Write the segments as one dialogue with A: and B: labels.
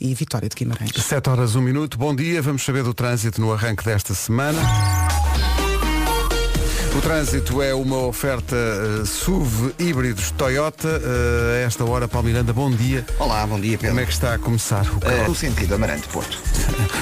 A: e Vitória de Guimarães.
B: 7 horas, 1 minuto. Bom dia, vamos saber do trânsito no arranque desta semana. O trânsito é uma oferta eh, SUV híbridos Toyota. Eh, a esta hora, Paulo Miranda, bom dia.
C: Olá, bom dia,
B: Como
C: Pedro.
B: é que está a começar o
C: Eh,
B: carro?
C: no sentido Amarante Porto.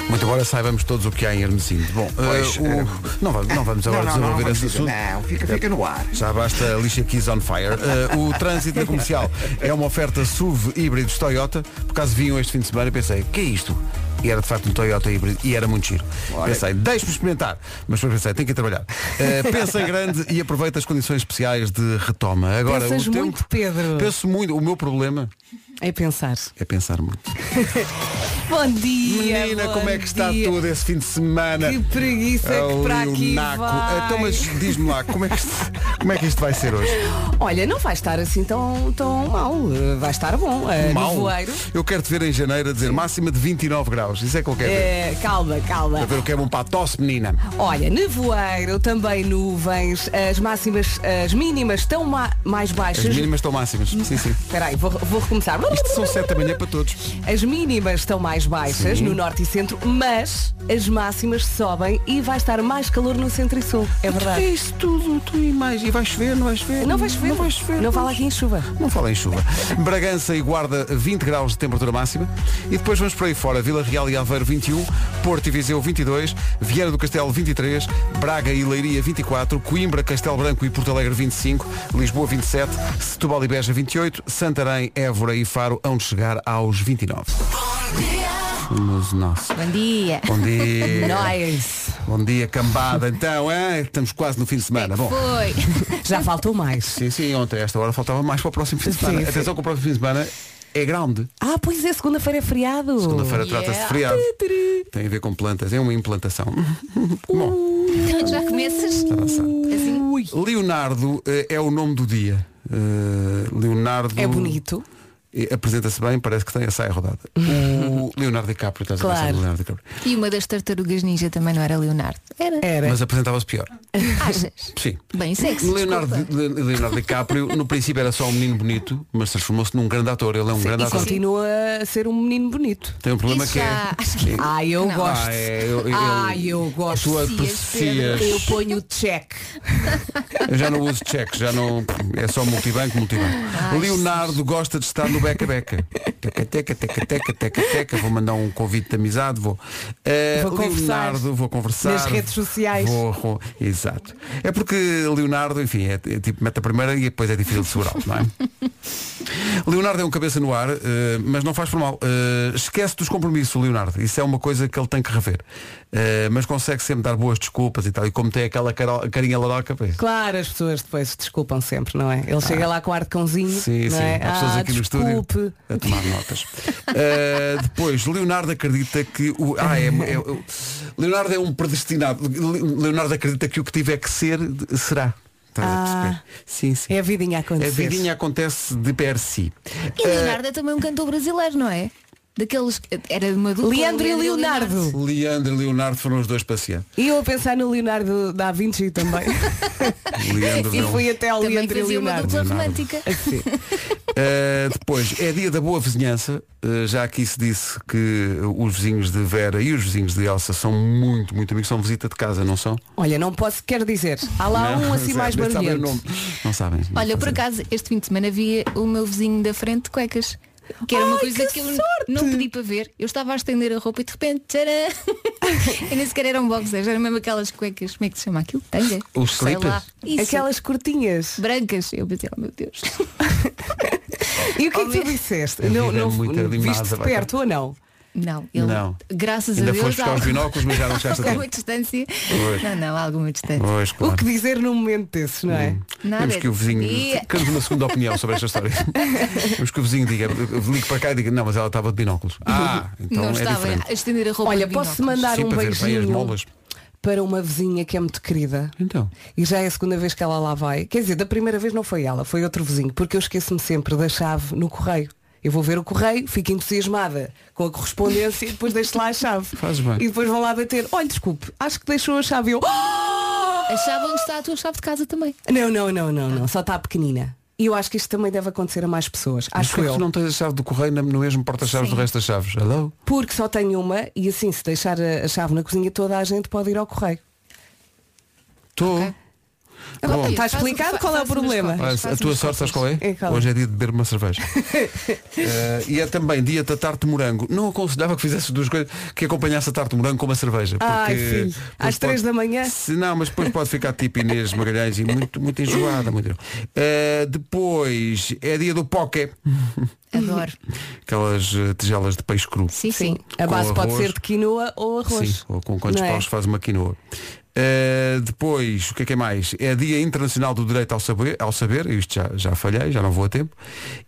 B: Muito embora saibamos todos o que há em Hermesinde. Bom, eh,
C: Pois,
B: o-
C: eh,
B: não, vamos, não vamos agora
C: não, não,
B: desenvolver
C: não,
B: esse
C: vamos
B: assunto.
C: dizer- não, fica- fica no ar.
B: Já basta lixa Keys on Fire. Eh, o trânsito na comercial é uma oferta SUV híbridos Toyota. Por acaso vinham este fim de semana e pensei, que é isto? E era de facto um Toyota híbrido e era muito giro. Pensei, deixe-me experimentar. Mas depois pensei, tenho que ir trabalhar. Eh, pensa em grande e aproveita as condições especiais de retoma. Agora,
A: Pensas
B: o tempo,
A: muito, Pedro.
B: Penso muito. O meu problema
A: É pensar.
B: é pensar muito.
D: Bom dia.
B: Menina,
D: bom
B: como é que está
D: dia.
B: tudo esse fim de semana?
D: Que preguiça que
B: Ali
D: para
B: o
D: aqui
B: naco.
D: vai.
B: Então, mas diz-me lá, como é, que isto, como é que isto vai ser hoje?
D: Olha, não vai estar assim tão, tão mal. Eh, Vai estar bom.
B: Mau?
D: Mal. Nevoeiro.
B: Eu quero te ver em janeiro a dizer máxima de 29 graus. Isso é que eu quero ver.
D: Eh, calma, calma.
B: Para ver o que é bom para a tosse, menina.
D: Olha, nevoeiro, também nuvens, as máximas, as mínimas estão ma- mais
B: As
D: baixas.
B: mínimas estão máximas. Sim, sim.
D: Espera aí, vou, vou recomeçar.
B: Isto são 7 da manhã para todos.
D: As mínimas estão mais baixas
B: Sim.
D: no norte e centro, mas as máximas sobem e vai estar mais calor no centro e sul. É verdade.
B: Isso tudo, tu e mais. E vai chover, não vai chover?
D: Não vai chover.
B: Não vai chover.
D: Não fala aqui em chuva.
B: Não fala em chuva. Bragança e Guarda 20 graus de temperatura máxima. E depois vamos por aí fora. Vila Real e Aveiro 21, Porto e Viseu 22, Vieira do Castelo 23, Braga e Leiria 24, Coimbra, Castelo Branco e Porto Alegre 25, Lisboa 27, Setúbal e Beja 28, Santarém, Évora e Faro hão de chegar aos 29. Mas nosso.
E: Bom dia.
B: Bom dia.
D: Nice.
B: Bom dia, cambada. Então, hein? estamos quase no fim de semana. Bom,
E: Foi.
D: Já faltou mais.
B: sim, sim, ontem a esta hora faltava mais para o próximo fim de semana.
D: Sim, sim.
B: Atenção que o próximo fim de semana é grande.
D: Ah, pois é, segunda-feira é feriado.
B: Segunda-feira trata-se de feriado. Tem a ver com plantas, é uma implantação. Bom,
E: Já começas?
B: avançado.
E: Assim?
B: Leonardo eh, é o nome do dia. Eh, Leonardo.
D: É bonito.
B: Eh, Apresenta-se bem, parece que tem a saia rodada. O Leonardo DiCaprio, estás a pensar
D: Claro.
B: no Leonardo DiCaprio.
E: E uma das tartarugas ninja também não era Leonardo. Era.
D: Era.
B: Mas é- apresentava-se pior.
E: Achas?
B: Sim.
E: Bem sexy.
B: Leonardo,
E: desculpa.
B: Le- Leonardo DiCaprio, no princípio era só um menino bonito, mas transformou-se num grande ator. Ele é um grande
D: e
B: ator.
D: continua a ser um menino bonito.
B: Tem um problema
E: Isso
B: que
E: já- acho
B: é.
E: que-
D: Ai, eu
E: Não.
D: gosto.
B: Ah, é, eu, eu-
D: Ai, eu gosto.
B: Tu
E: Aprecias, Pedro.
B: aprecias.
D: Eu ponho o check.
B: Eu já não uso cheques, já não. É só multibanco, multibanco. Leonardo gosta de estar no beca-beca. Teca, teca, teca, teca, teca, teca. Vou mandar um convite de amizade, vou. Eh,
D: Vou conversar.
B: Leonardo, vou conversar.
D: Nas redes sociais.
B: Vou, vou- Exato. É porque Leonardo, enfim, é, é tipo, mete a primeira e depois é difícil de segurar, não é? Leonardo é um cabeça no ar, eh, mas não faz por mal. Eh, esquece dos compromissos, Leonardo. Isso é uma coisa que ele tem que rever. Eh, mas consegue sempre dar boas desculpas e tal. E como tem aquela caro- carinha laroca, pois.
D: Claro, as pessoas depois se desculpam sempre, não é? Ele chega lá com ar de cãozinho.
B: Ah. Sim,
D: não
B: sim.
D: É?
B: Há pessoas
D: Ah,
B: aqui no
D: desculpe.
B: estúdio a tomar notas. Uh, depois, Leonardo acredita que o. Ah, é, é- é- Leonardo é um predestinado. Le- Leonardo acredita que o que tiver que ser, de- será. Tá, Estás a
D: Ah.
B: perceber? Sim, sim.
D: É a vidinha a
B: A
D: acontecer.
B: vidinha acontece de per si.
E: E Leonardo é também um cantor brasileiro, não é? Daqueles. Era uma dupla.
D: Leandro e Leonardo.
B: Leandro e Leonardo foram os dois passear.
D: E eu a pensar no Leonardo da Vinci também.
B: Leandro
D: e
B: deu-
D: fui até ao
E: Também
D: Leandro e
E: fazia uma
D: Leonardo.
E: dupla
B: Leonardo.
E: romântica.
D: Assim.
B: Uh, depois, é dia da boa vizinhança. Uh, já aqui se disse que os vizinhos de Vera e os vizinhos de Elsa são muito, muito amigos. São visita de casa, não são?
D: Olha, não posso, quero dizer. Há lá um assim
B: zero,
D: mais
B: nem sabem o
D: barulhento.
B: nome. Não sabem. não
E: Olha, por
B: fazem.
E: acaso, este fim de semana via o meu vizinho da frente de cuecas. Que era uma
D: Ai,
E: coisa
D: que
E: que, eu
D: sorte!
E: não pedi para ver. Eu estava a estender a roupa e de repente. Tcharam! e nem sequer eram boxers, era mesmo aquelas cuecas. Como é que se chama aquilo? Tanga?
B: Os
E: Sei
B: slippers?
E: lá. Isso.
D: Aquelas cortinhas.
E: brancas. Eu pensei, oh meu Deus.
D: E o que é que
E: Homem.
D: tu disseste?
B: A vida
D: Não,
B: é
D: não
B: muito
D: viste
B: animada,
D: de
B: vai.
D: perto ou não?
E: Não, ele,
B: Não.
E: graças
B: Ainda
E: a Deus,
B: foste buscar os
E: há-
B: binóculos, mas já não chegaste a
E: alguma
B: tempo.
E: distância.
B: Pois.
E: Não, não, há alguma distância.
B: Pois,
D: O
B: claro. Hum.
D: que dizer num momento desses, não é?
E: Nada
B: Temos que o vizinho.
E: de-
B: Queremos uma segunda opinião sobre esta história. Temos que o vizinho diga, ligue para cá e diga, não, mas ela estava de binóculos. Ah, então
E: não
B: é
E: estava
B: diferente.
E: a estender a roupa.
D: Olha,
E: de
D: posso
E: binóculos.
D: mandar
B: Sim,
D: um
B: para ver bem as
D: beijinho
B: molas.
D: para uma vizinha que é muito querida.
B: Então.
D: E já é a segunda vez que ela lá vai. Quer dizer, da primeira vez não foi ela, foi outro vizinho, porque eu esqueço-me sempre da chave no correio. Eu vou ver o correio, fico entusiasmada com a correspondência e depois deixo lá a chave.
B: Fazes bem.
D: E depois vão lá bater. Olha, desculpe, acho que deixou a chave. E Eu... "Ah!"
E: A chave onde está a tua chave de casa também.
D: Não, não, não, não, não. Só está pequenina. E eu acho que isto também deve acontecer a mais pessoas.
B: Mas
D: Acho
B: porquê é que
D: eu.
B: tu não tens a chave do correio na- no mesmo porta-chaves do resto das chaves? Hello?
D: Porque só tenho uma e assim, se deixar a a chave na cozinha, toda a gente pode ir ao correio.
B: Estou.
D: Agora
B: Bom.
D: está
E: Faço-
D: explicado
E: fa-
D: qual é o
E: faço-me
D: problema.
E: as
B: Ah,
E: Mas
B: a
E: faz
B: tua
E: umas
B: sorte, sabes
E: coisas.
B: qual é?
D: É, claro.
B: Hoje é dia de beber uma cerveja. Eh, e é também dia da tarte de morango. Não aconselhava que fizesse duas coisas, que acompanhasse a tarte de morango com uma cerveja.
D: Ai,
B: porque
D: filho,
B: depois
D: às três da manhã?
B: Se não, mas depois pode ficar tipo Inês Magalhães e muito, muito enjoada. Muito... Eh, depois é dia do poké.
E: Adoro.
B: Aquelas eh, tigelas de peixe cru.
E: Sim, sim.
D: Sim. A
B: Com
D: base pode
B: arroz.
D: ser de quinoa ou arroz.
B: Sim, ou com quantos
D: Não é?
B: paus faz uma quinoa. Uh, depois, o que é que é mais? É Dia Internacional do Direito ao Saber, ao saber isto já, já falhei, já não vou a tempo.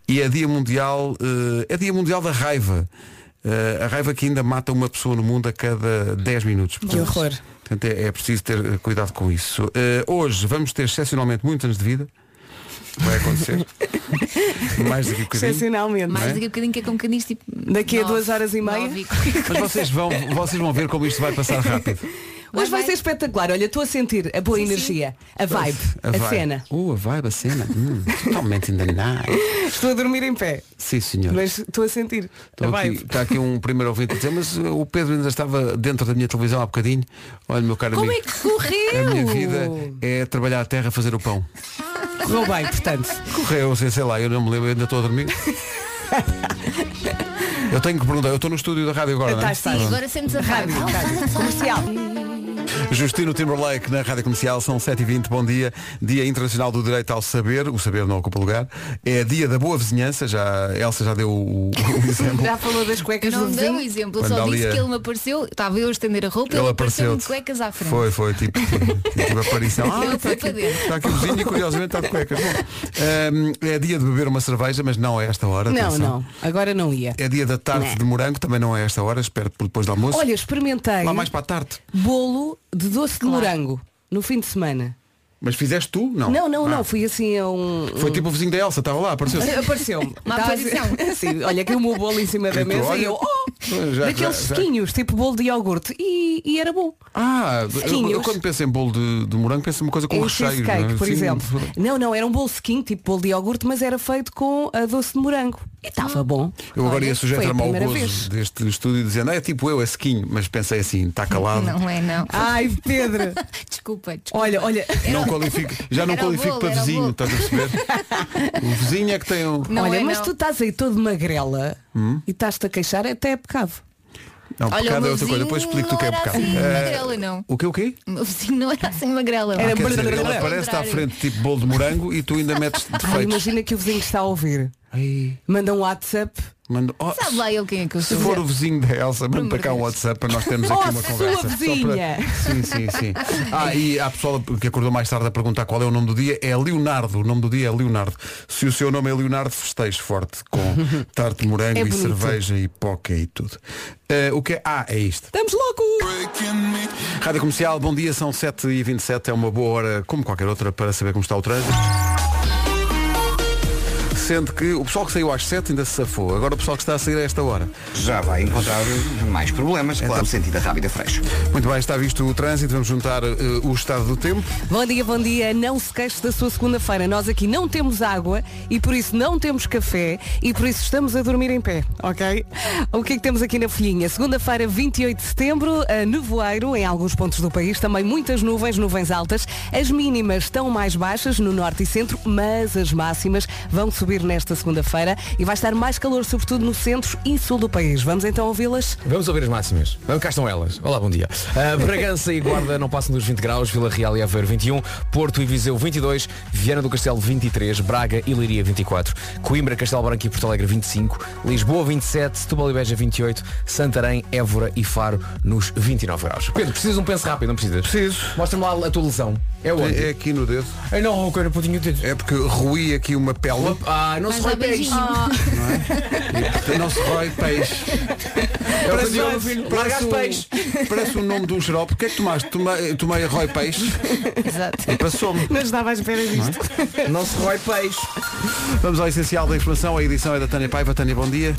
B: E é Dia Mundial, uh, é Dia Mundial da Raiva. Uh, a raiva que ainda mata uma pessoa no mundo a cada 10 minutos.
D: Que horror.
B: Portanto, é, é preciso ter uh, cuidado com isso. Uh, hoje vamos ter excepcionalmente muitos anos de vida. Vai acontecer. mais daqui a bocadinho.
D: Excepcionalmente.
E: Mais
B: é?
E: daqui a bocadinho que é com canis tipo.
D: Daqui a duas horas e meia?
E: nove qualquer
B: Mas vocês vão, vocês vão ver como isto vai passar rápido.
D: Hoje vai
E: vai.
D: ser espetacular. Olha, estou a sentir a boa
E: Sim, sim.
D: energia, a vibe, a,
B: vibe.
D: cena.
B: Uh, a vibe, a cena. Hum, totalmente in the night.
D: Estou a dormir em pé,
B: Sim, senhor.
D: mas estou a sentir a
B: Estou aqui-
D: vibe.
B: Está aqui um primeiro ouvinte a dizer, mas uh, o Pedro ainda estava dentro da minha televisão há bocadinho. Olha, meu caro
E: Como é
B: amigo,
E: que correu?
B: a minha vida é trabalhar a terra, fazer o pão.
D: Correu bem, portanto.
B: Correu, sei, sei lá, eu não me lembro, eu ainda estou a dormir. Eu tenho que perguntar, eu estou no estúdio da rádio agora, não é?
D: Estás, estás.
E: Sim, agora sentes a raiva.
D: Comercial.
B: Justino Timberlake na Rádio Comercial, são 7h20, bom dia. Dia Internacional do Direito ao Saber, o saber não ocupa lugar. É dia da boa vizinhança, já a Elsa já deu o, o exemplo.
D: Já falou das
E: Eu
D: cuecas do
E: não dei um
D: vizinho?
E: exemplo, eu
B: Quando
E: só
B: ali
E: disse
B: é-
E: que ele me apareceu, estava eu a estender a roupa, ele, apareceu de cuecas à frente.
B: Foi, foi, tipo, tipo, tipo aparição.
E: Ele
B: Ah,
E: foi para dentro.
B: Está aqui o vizinho e curiosamente está de cuecas. Bom, hum, é dia de beber uma cerveja, mas não é esta hora.
D: Não,
B: atenção.
D: não. Agora não ia.
B: É dia da tarde de morango, também não é esta hora, espero por depois do almoço.
D: Olha, experimentei
B: Lá mais para a tarde.
D: bolo de doce de
E: Claro.
D: morango no fim de semana.
B: Mas fizeste tu? Não.
D: Não, não,
B: Ah,
D: não. Fui assim a um.
B: Foi tipo o vizinho da Elsa, estava lá, apareceu
D: Apareceu-me.
E: Uma
D: Tá a-
E: aparição.
D: Sim, olha, caiu o meu um bolo em cima da
B: E tu,
D: mesa
B: olha,
D: e eu. Oh!
B: já-
D: daqueles
B: já- já-
D: suquinhos, tipo bolo de iogurte. E, e era bom.
B: Ah, eu, eu
D: Quinhos.
B: quando penso em bolo de, de morango, penso em uma coisa com
D: Um
B: recheio. é?
D: cheesecake, por exemplo. Não, não, era um bolo sequinho, tipo bolo de iogurte, mas era feito com a doce de morango. E estava bom.
B: Eu agora
D: Olha,
B: ia
D: foi a
B: sujeitar-me ao
D: primeira
B: gozo
D: vez.
B: deste estúdio dizendo, ah, é tipo eu, é sequinho, mas pensei assim, está calado.
E: Não é não.
D: Ai, Pedro.
E: Desculpa, desculpa.
D: Olha, olha.
B: Não qualifico, já não
E: era o
B: qualifico
E: um bolo,
B: para
E: era o
B: vizinho,
E: bolo.
B: estás a perceber? o vizinho é que tem um. Hum?
E: Não
D: olha,
E: é,
D: mas
E: não.
D: tu estás aí todo magrela e estás-te a queixar, até é pecado.
B: Não,
E: Olha, o
B: pecado é
E: meu
B: outra coisa,
E: vizinho
B: depois explico-te o que é
E: não era
B: pecado.
E: assim,
B: Eh,
E: magrela, não.
B: O que o quê?
E: O meu vizinho não era assim magrela.
D: Era
B: Ah, quer dizer,
D: verdadeiro.
B: ele
E: Ao
B: aparece à
E: contrário.
B: frente tipo bolo de morango e tu ainda metes
D: Ai,
B: defeitos.
D: imagina que o vizinho está a ouvir.
B: Ai,
D: Manda um WhatsApp.
B: manda- oh,
E: Sabe lá ele quem é que eu
B: Se
E: sou.
B: for o vizinho da Elsa, manda para
E: amor
B: cá
E: de
B: um
E: Deus.
B: WhatsApp para nós termos
D: Oh,
B: aqui uma
D: sua
B: conversa. Só
D: vizinha.
B: para- Sim, sim, sim. Ah, e há pessoal que acordou mais tarde a perguntar qual é o nome do dia. É Leonardo. O nome do dia é Leonardo. Se o seu nome é Leonardo, festeje forte com tarte de morango
D: É
B: e
D: bonito.
B: cerveja e poca e tudo. Eh, o que é? Ah, é isto.
D: Estamos logo!
B: Rádio Comercial, bom dia, são 7h27, é uma boa hora, como qualquer outra, para saber como está o trânsito. Sendo que o pessoal que saiu às 7 ainda se safou, agora o pessoal que está a sair a esta hora.
C: Já vai encontrar mais problemas,
B: Então-
C: claro, sentido rápida freixo.
B: Muito bem, está visto o trânsito, vamos juntar eh, o estado do tempo.
D: Bom dia, bom dia. Não se queixe da sua segunda-feira. Nós aqui não temos água e por isso não temos café e por isso estamos a dormir em pé, ok? O que é que temos aqui na folhinha? Segunda-feira, 28 de setembro, a nevoeiro em alguns pontos do país, também muitas nuvens, nuvens altas. As mínimas estão mais baixas no norte e centro, mas as máximas vão subir nesta segunda-feira e vai estar mais calor, sobretudo no centro e sul do país. Vamos então ouvi-las?
F: Vamos ouvir as máximas. Vamos, cá estão elas. Olá, bom dia. Ah, Bragança e Guarda não passam dos 20 graus, Vila Real e Aveiro 21, Porto e Viseu 22, Viana do Castelo 23, Braga e Leiria 24, Coimbra, Castelo Branco e Porto Alegre 25, Lisboa 27, Setúbal e Beja 28, Santarém, Évora e Faro nos 29 graus. Pedro, precisas de um penso rápido, não precisas?
B: Preciso.
F: Mostra-me lá a tua lesão. É onde?
B: É, é aqui no dedo.
F: Ai, não, eu quero um pontinho de dedo.
B: É porque ruí aqui uma pele,
F: Ah, não se
E: Mas há
D: é?
F: vai peixe.
E: beijinho.
B: não se rói peixe.
F: É o
B: Parece-
F: que eu digo ao meu filho, larga as
B: parece,
F: peixes.
B: um, parece o nome de um xarope. O que é que tomaste? Tomei, tomei arroio peixe
E: Exato.
B: e passou-me. é?
D: Não estava à espera disto.
F: Não se rói peixe.
B: Vamos ao essencial da informação. A edição é da Tânia Paiva. Tânia, bom dia.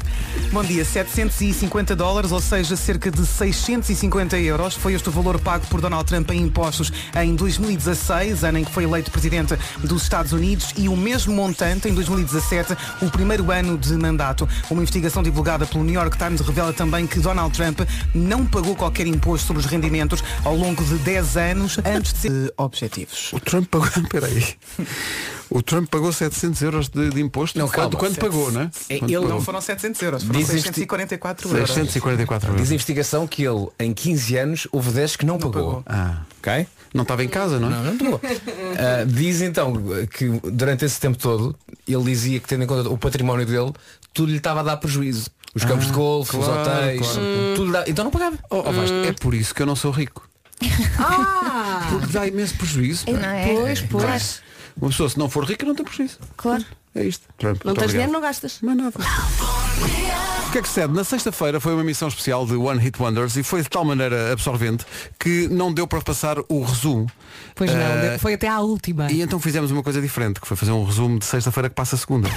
A: Bom dia, 750 dólares, ou seja, cerca de 650 euros, foi este o valor pago por Donald Trump em impostos em 2016, ano em que foi eleito presidente dos Estados Unidos, e o mesmo montante em 2017, o primeiro ano de mandato. Uma investigação divulgada pelo New York Times revela também que Donald Trump não pagou qualquer imposto sobre os rendimentos ao longo de 10 anos antes de ser de objetivos.
B: O Trump pagou, peraí. O Trump pagou 700 euros de, de imposto.
F: Não,
B: quando,
F: calma.
B: quando pagou, né?
F: É,
B: Quando
F: ele
B: pagou?
A: Não foram 700 euros, foram
F: Dizem que-
A: 644 euros.
B: 644 euros.
F: Diz a investigação que ele, em 15 anos, houve 10 que não, pagou.
B: Ah,
F: Ok?
B: não estava em casa, não é?
F: Não, não pagou. Ah, diz então que durante esse tempo todo, ele dizia que tendo em conta o património dele, tudo lhe estava a dar prejuízo. Os campos de golfe,
B: Ah, claro,
F: os hotéis, tudo lhe dá- Então não pagava.
B: Oh, oh, Vasco, é por isso que eu não sou rico.
D: Ah!
F: Ah.
B: Porque dá imenso prejuízo.
E: Não é? Pois, pois.
B: Uma pessoa, se não for rica, não tem prejuízo.
E: Claro.
B: É isto. Trump,
D: Não
B: muito
D: tens
B: obrigado.
D: dinheiro, não gastas.
B: Mas nada. O que é que sucede? Na sexta-feira foi uma emissão especial de One Hit Wonders e foi de tal maneira absorvente que não deu para passar o resumo.
D: Pois
B: Ah,
D: não, foi até à última.
B: E então fizemos uma coisa diferente, que foi fazer um resumo de sexta-feira que passa a segunda.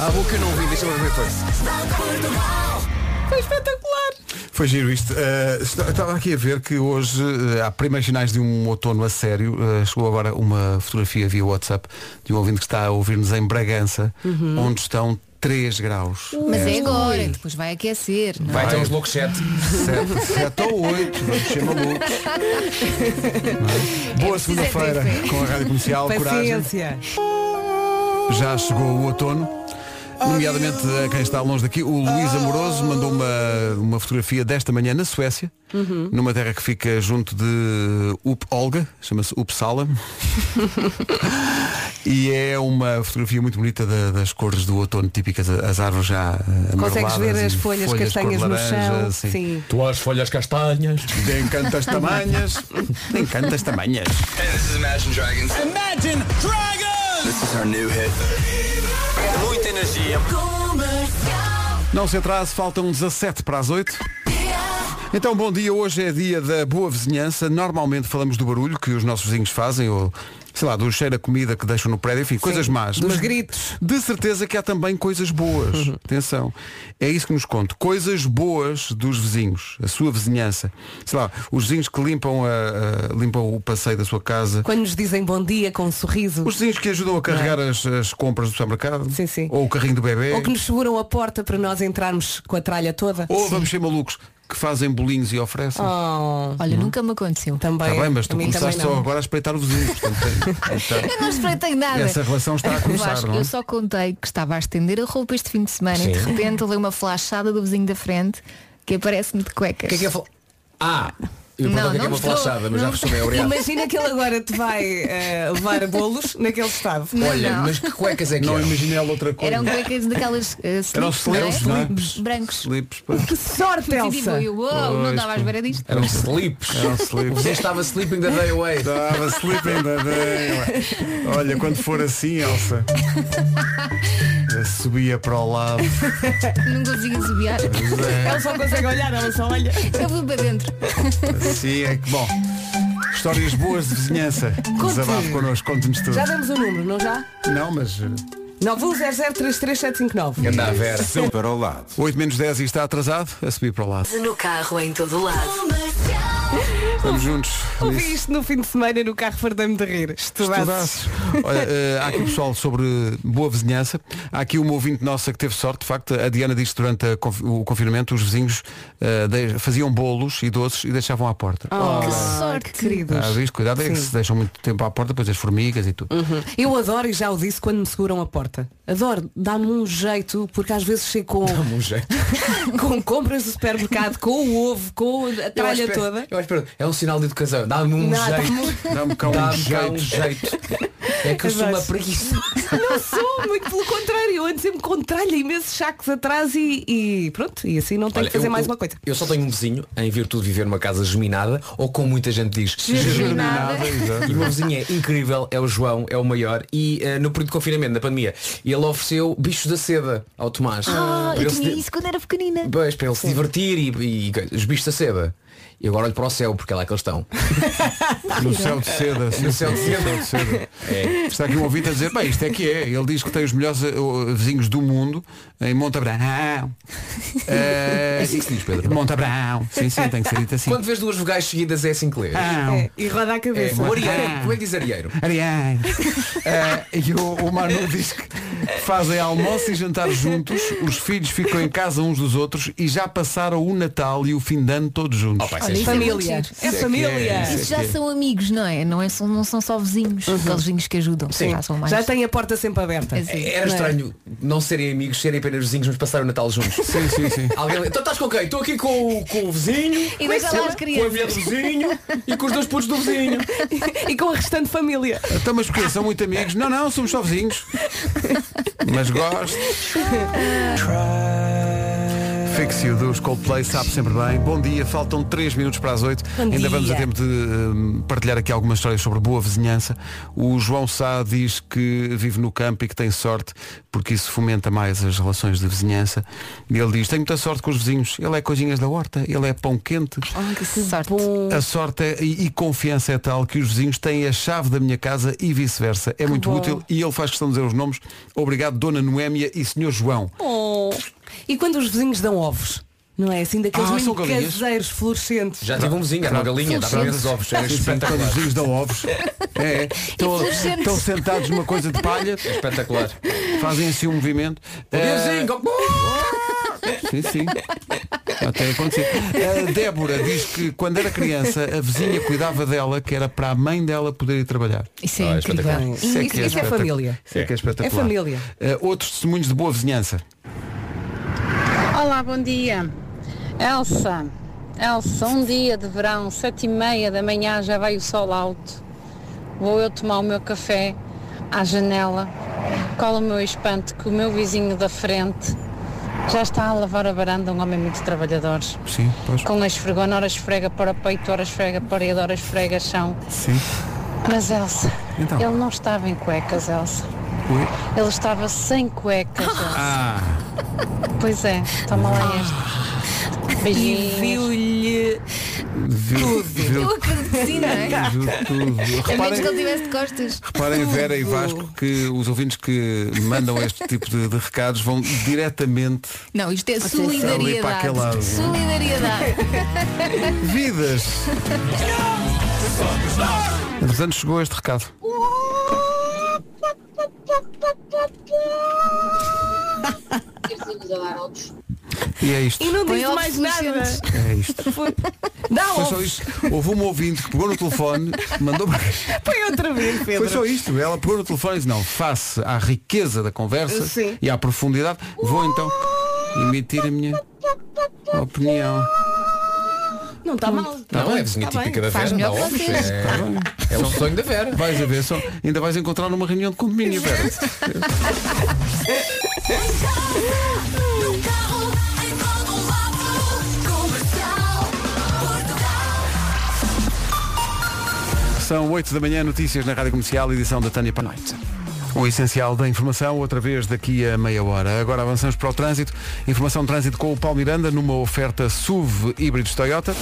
F: Ah, boa que eu não ouvi, deixa-me ver depois.
D: Foi espetacular.
B: Foi giro isto. Eh, est- estava aqui a ver que hoje eh, há primeiros sinais de um outono a sério. Eh, chegou agora uma fotografia via WhatsApp de um ouvinte que está a ouvir-nos em Bragança,
D: Uhum.
B: onde estão 3 graus.
E: Mas é agora, depois vai aquecer. Não? é?
F: Vai ter uns loucos 7.
B: 7, 7 ou 8, vamos ser malucos. Não é?
E: preciso
B: Boa
E: é ter
B: segunda-feira
E: fé.
B: com a Rádio Comercial. Coragem.
D: Paciência.
B: Já chegou o outono. Nomeadamente a quem está longe daqui, o
D: Ah.
B: Luís Amoroso mandou uma, uma fotografia desta manhã na Suécia,
D: Uhum.
B: numa terra que fica junto de Up Olga, chama-se Uppsala. e é uma fotografia muito bonita da- das cores do outono típicas, as árvores já eh,
D: Consegues
B: amareladas
D: ver
B: e
D: as folhas,
B: folhas
D: castanhas
B: cor
D: no
B: de laranja,
D: chão.
B: sim.
D: Sim.
F: Tuas folhas castanhas.
B: De encantas tamanhas. De encantas tamanhas.
G: Muita energia.
B: Não se atrase, faltam 17 para as 8. Então, bom dia. Hoje é dia da boa vizinhança. Normalmente falamos do barulho que os nossos vizinhos fazem ou, sei lá, do cheiro a comida que deixam no prédio, enfim, coisas más.
D: dos
B: Mas
D: gritos. Uhum.
B: De certeza que há também coisas boas. Atenção. É isso que nos conto. Coisas boas dos vizinhos, a sua vizinhança. Sei lá, os vizinhos que limpam, a- a- limpam o passeio da sua casa.
D: Quando nos dizem bom dia com um sorriso.
B: Os vizinhos que ajudam a carregar as, as compras do supermercado.
D: é? Sim, sim.
B: Ou o carrinho do bebê.
D: Ou que nos seguram a porta para nós entrarmos com a tralha toda.
B: Ou vamos ser malucos que fazem bolinhos e oferecem.
D: Oh,
E: Olha, nunca me aconteceu.
D: também.
B: Está Tá bem, mas
D: a
B: tu
D: mim também
B: começaste
D: não.
B: só agora a espreitar o vizinho. portanto, é Então, tem- tem-
E: Eu não espreitei nada.
B: Essa relação está a começar,
E: Vasco,
B: não é?
E: Eu só contei que estava a estender a roupa este fim de semana e de repente levei uma flashada do vizinho da frente que aparece-me de
F: O
E: cuecas.
F: que é que é fal... Ah! Eu
E: Não,
F: pergunto o que é
E: não
F: uma
E: mostrou.
F: flachada, mas já
E: Não
F: percebi, obrigado.
D: Imagina que ele agora te vai eh, levar bolos naquele estado.
E: Não,
F: Olha,
E: não.
F: mas que cuecas é que
B: Não
F: eram?
B: imaginei ela outra coisa.
E: Eram cuecas daquelas uh,
B: Eram
E: slips, não é?
B: slips, não é?
E: brancos.
B: Slips, pá.
D: Que sorte,
E: E digo
D: Elsa!
E: eu, uou, não dava à espera disto.
F: Eram slips.
B: Eram slips.
F: Você estava sleeping the day away.
B: Estava sleeping the day. Olha, quando for assim, Elsa. eh, Subia para o lado.
E: Não conseguia subiar.
B: é.
D: Ela só consegue olhar, ela só olha.
E: Eu vou para dentro.
B: Assim é que. Bom. Histórias boas de vizinhança. Desabafo connosco, conte-nos tudo.
D: Já demos o número, não já?
B: Não, mas. eh,
D: 910033759.
F: Anda a ver.
B: 8 menos 10 e está atrasado, a subir para o lado.
H: No carro em todo lado.
B: Vamos juntos.
D: Ouvi isto no fim de semana no carro, fartei-me de rir. Estudaço.
B: Estudaço. Olha, eh, há aqui pessoal sobre boa vizinhança. Há aqui uma ouvinte nossa que teve sorte, de facto, a Diana disse que durante a conf- o confinamento os vizinhos eh, de- faziam bolos e doces e deixavam à porta.
D: Oh,
E: Que sorte.
D: queridos.
B: Há risco, cuidado é que se deixam muito tempo à porta, depois as formigas e tudo.
D: Uhum. Eu adoro e já o disse quando me seguram a porta. Adoro, dá-me um jeito, porque às vezes chego com,
F: Um jeito.
D: com compras do supermercado, com o ovo, com a
F: Eu à
D: tralha
F: espera-
D: toda.
F: Eu à espera- um sinal de educação. Dá-me um
D: Não,
F: jeito.
B: Dá-me cá um
F: Dá-me cá
B: jeito.
F: um jeito. É que eu sou uma
D: Exato.
F: preguiça.
D: Não sou, muito pelo contrário. Eu antes sempre contralho imensos sacos atrás e, e pronto, e assim não tenho
F: Olha,
D: que fazer
F: eu-
D: mais
F: eu-
D: uma coisa.
F: Eu só tenho um vizinho, em virtude de viver numa casa geminada, ou como muita gente diz,
E: Germinada.
F: E o meu vizinho é incrível, é o João, é o maior E eh, no período de confinamento, da pandemia Ele ofereceu bichos da seda ao Tomás
E: Ah, eu
F: Para ele se
E: tinha
F: di-
E: isso quando era pequenina.
F: Pois, para ele se divertir e, e- e os bichos da seda E agora olho para o céu, porque é lá que eles estão
B: No céu de seda. sim,
F: No céu de
B: sim,
F: seda. É.
B: no céu de seda. Está aqui um ouvinte a dizer, bem, isto é que é. Ele diz que tem os melhores eh, oh, vizinhos do mundo em Montabrão. É
F: assim que se diz, Pedro.
B: Montabrão. Sim, sim, tem que ser dito assim.
F: Quando vês duas vogais seguidas é assim que lês
B: Brão.
D: É, e roda a
F: É,
D: cabeça. Ah.
F: o arieiro, como é que diz arieiro?
B: Ariane. Eh, e o, o Manu diz que fazem almoço e jantar juntos, os filhos ficam em casa uns dos outros e já passaram o Natal e o fim de ano todos juntos.
F: Oh, pá, isso
E: Olha,
F: é
E: isso é muito
D: família.
E: giro.
D: É família. Uhum.
E: Isso já são amigos, não é? Não, é, são, não são só vizinhos, aqueles vizinhos que ajudam. Já são mais.
D: Já tem a porta sempre aberta.
E: É assim,
F: Era
E: não é?
F: estranho não serem amigos, serem apenas vizinhos, mas passar o Natal juntos.
B: Sim, sim, sim.
F: Alguém então estás com quem? Estou aqui com, o- com o vizinho,
E: E deixa
D: é
E: lá as
F: com a mulher do
E: crianças.
F: vizinho e com os dois putos do vizinho.
D: e com a restante família.
B: Então, mas porquê? São muito amigos? Não, não, somos só vizinhos. Mas gosto. Fix You dos Coldplay sabe sempre bem. Bom dia, faltam 3 minutos para as 8.
D: Bom
B: Ainda
D: dia.
B: vamos a tempo de hum, partilhar aqui algumas histórias sobre boa vizinhança. O João Sá diz que vive no campo e que tem sorte porque isso fomenta mais as relações de vizinhança. E ele diz, tenho muita sorte com os vizinhos. Ele é coisinhas da horta, ele é pão quente.
E: Ah, Que sorte.
B: A sorte é- e, e confiança é tal que os vizinhos têm a chave da minha casa e vice-versa. É muito
D: bom.
B: útil e ele faz questão de dizer os nomes. Obrigado, Dona Noémia e Senhor João.
D: Oh. E quando os vizinhos dão ovos? Não é assim daqueles
B: Ah,
D: mesmo
B: são galinhas?
D: caseiros fluorescentes.
F: Já tive um vizinho, era uma galinha, dava grandes ovos, era
B: Quando os
F: espetacular.
B: vizinhos dão ovos. É, é. Estão,
E: fluorescentes.
B: estão sentados numa coisa de palha,
F: É Espetacular.
B: fazem assim um movimento.
D: É.
F: Meu
B: Eh,
F: vizinho,
B: Sim, sim. Até aconteceu. A Débora diz que quando era criança a vizinha cuidava dela, que era para a mãe dela poder ir trabalhar.
E: Isso
F: Ah,
E: é
F: é
E: incrível.
F: espetacular.
D: Isso, isso é,
B: espetacular.
D: família.
B: Isso é que é espetacular.
D: É família.
B: Eh, outros testemunhos de boa vizinhança.
I: Olá, bom dia. Elsa, Elsa, um dia de verão, sete e meia da manhã já vai o sol alto. Vou eu tomar o meu café à janela. Cola o meu espanto que o meu vizinho da frente já está a lavar a varanda, um homem muito trabalhador.
B: Sim, pois.
I: Com a esfregona, ora esfrega para peito, ora esfrega parede, ora esfrega chão.
B: Sim.
I: Mas Elsa,
B: Então?
I: ele não estava em cuecas, Elsa.
B: Ui.
I: Ele estava sem cuecas, Elsa.
B: Ah.
I: Pois é, toma lá este.
D: Ah. E
I: Beijinhos.
D: viu-lhe.
B: Viu,
E: Eu
B: viu,
E: acredito que sim, não é?
B: viu tudo.
E: A menos que ele
B: Reparem,
E: tivesse de costas.
B: reparem Vera e Vasco que os ouvintes que mandam este tipo de, de recados vão diretamente
E: Não, isto é
B: Ali para aquele lado.
E: solidariedade. Solidariedade.
B: vidas. Portanto, chegou este recado. E é isto.
D: E não
E: Põe
D: diz
E: ovos
D: mais nada.
E: fluorescentes.
B: É isto.
D: Foi- Dá
B: Foi só
D: ovos.
B: isto. Houve um ouvinte que pegou no telefone, mandou para
D: Põe outra vez, Pedro.
B: Foi só isto. Ela pegou no telefone e disse, não, face à riqueza da conversa
D: Sim.
B: e à profundidade, vou então emitir a minha opinião.
D: Não está mal.
F: Não, é a vizinha
D: Tá bem.
F: típica da
E: Faz
F: Vera, dá
E: melhor que
F: ovos.
E: vocês.
F: É, é o sonho da Vera.
B: Tá Vais a ver só. Ainda vais encontrar numa reunião de condomínio, Vera.
G: No carro, em todo lado, comercial, Portugal.
B: São 8 da manhã, notícias na Rádio Comercial, edição da Tânia Panoite. O essencial da informação, outra vez daqui a meia hora. Agora avançamos para o trânsito. Informação de trânsito com o Paulo Miranda numa oferta SUV híbridos Toyota.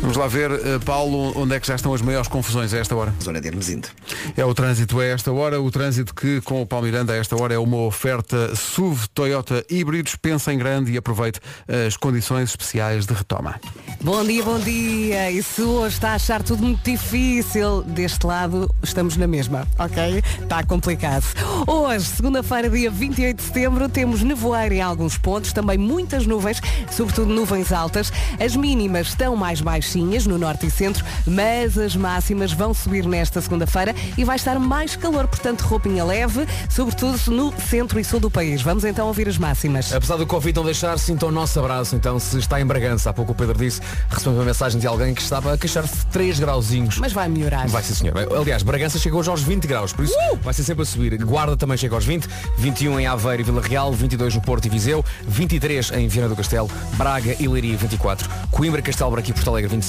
B: Vamos lá ver, eh, Paulo, onde é que já estão as maiores confusões a esta hora.
C: Zona de Hermesinde.
B: É o trânsito a esta hora, o trânsito que com o Palmiranda a esta hora é uma oferta SUV Toyota híbridos, pensa em grande e aproveite eh, as condições especiais de retoma.
D: Bom dia, bom dia. E se hoje está a achar tudo muito difícil, deste lado estamos na mesma, ok? Está complicado. Hoje, segunda-feira, dia 28 de setembro, temos nevoeiro em alguns pontos, também muitas nuvens, sobretudo nuvens altas. As mínimas estão mais baixinhas. baixinhas no norte e centro, mas as máximas vão subir nesta segunda-feira e vai estar mais calor, portanto, roupinha leve, sobretudo no centro e sul do país. Vamos então ouvir as máximas.
F: Apesar do Covid não deixar, sinta o nosso abraço. Então, se está em Bragança, há pouco o Pedro disse, recebemos uma mensagem de alguém que estava a queixar-se de 3 grauzinhos.
D: Mas vai melhorar.
F: Vai ser senhor. Vai- Aliás, Bragança chegou hoje aos 20 graus, por isso vai ser sempre a subir. Guarda também chega aos 20, 21 em Aveiro e Vila Real, 22 no Porto e Viseu, 23 em Viana do Castelo, Braga e Leiria 24, Coimbra, Castelo Branco e Porto Alegre 25,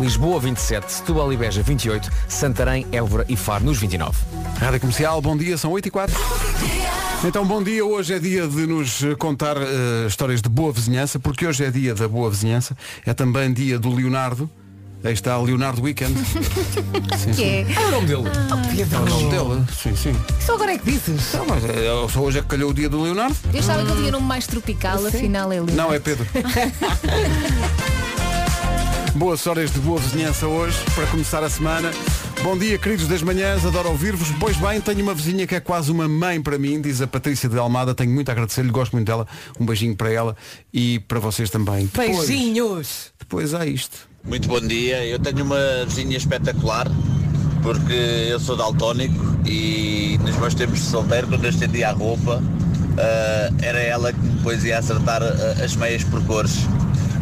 F: Lisboa 27, Setúbal e Beja 28, Santarém, Évora e Faro nos 29.
B: Rádio Comercial, bom dia, são 8 e 4. Então, bom dia. Hoje é dia de nos eh, contar eh, histórias de boa vizinhança, porque hoje é dia da boa vizinhança. É também dia do Leonardo. Aí está Leonardo Weekend. sim,
E: Que é?
F: É o nome dele.
D: Ah,
F: um
B: É o nome dele. Sim, sim.
D: Só agora é que dizes.
B: Então, mas eh, só hoje é que calhou o dia do Leonardo?
E: Eu achava que ele tinha um nome mais tropical, afinal é lindo.
B: Não, é Pedro. Boas horas de boa vizinhança hoje, para começar a semana. Bom dia, queridos das manhãs, adoro ouvir-vos. Pois bem, tenho uma vizinha que é quase uma mãe para mim, diz a Patrícia de Almada. Tenho muito a agradecer-lhe, gosto muito dela. Um beijinho para ela e para vocês também.
D: Beijinhos.
B: Depois, depois há isto.
J: Muito bom dia, eu tenho uma vizinha espetacular porque eu sou daltónico e nos meus tempos de solteiro, quando eu estendia a roupa, ah, era ela que depois ia acertar ah, as meias por cores.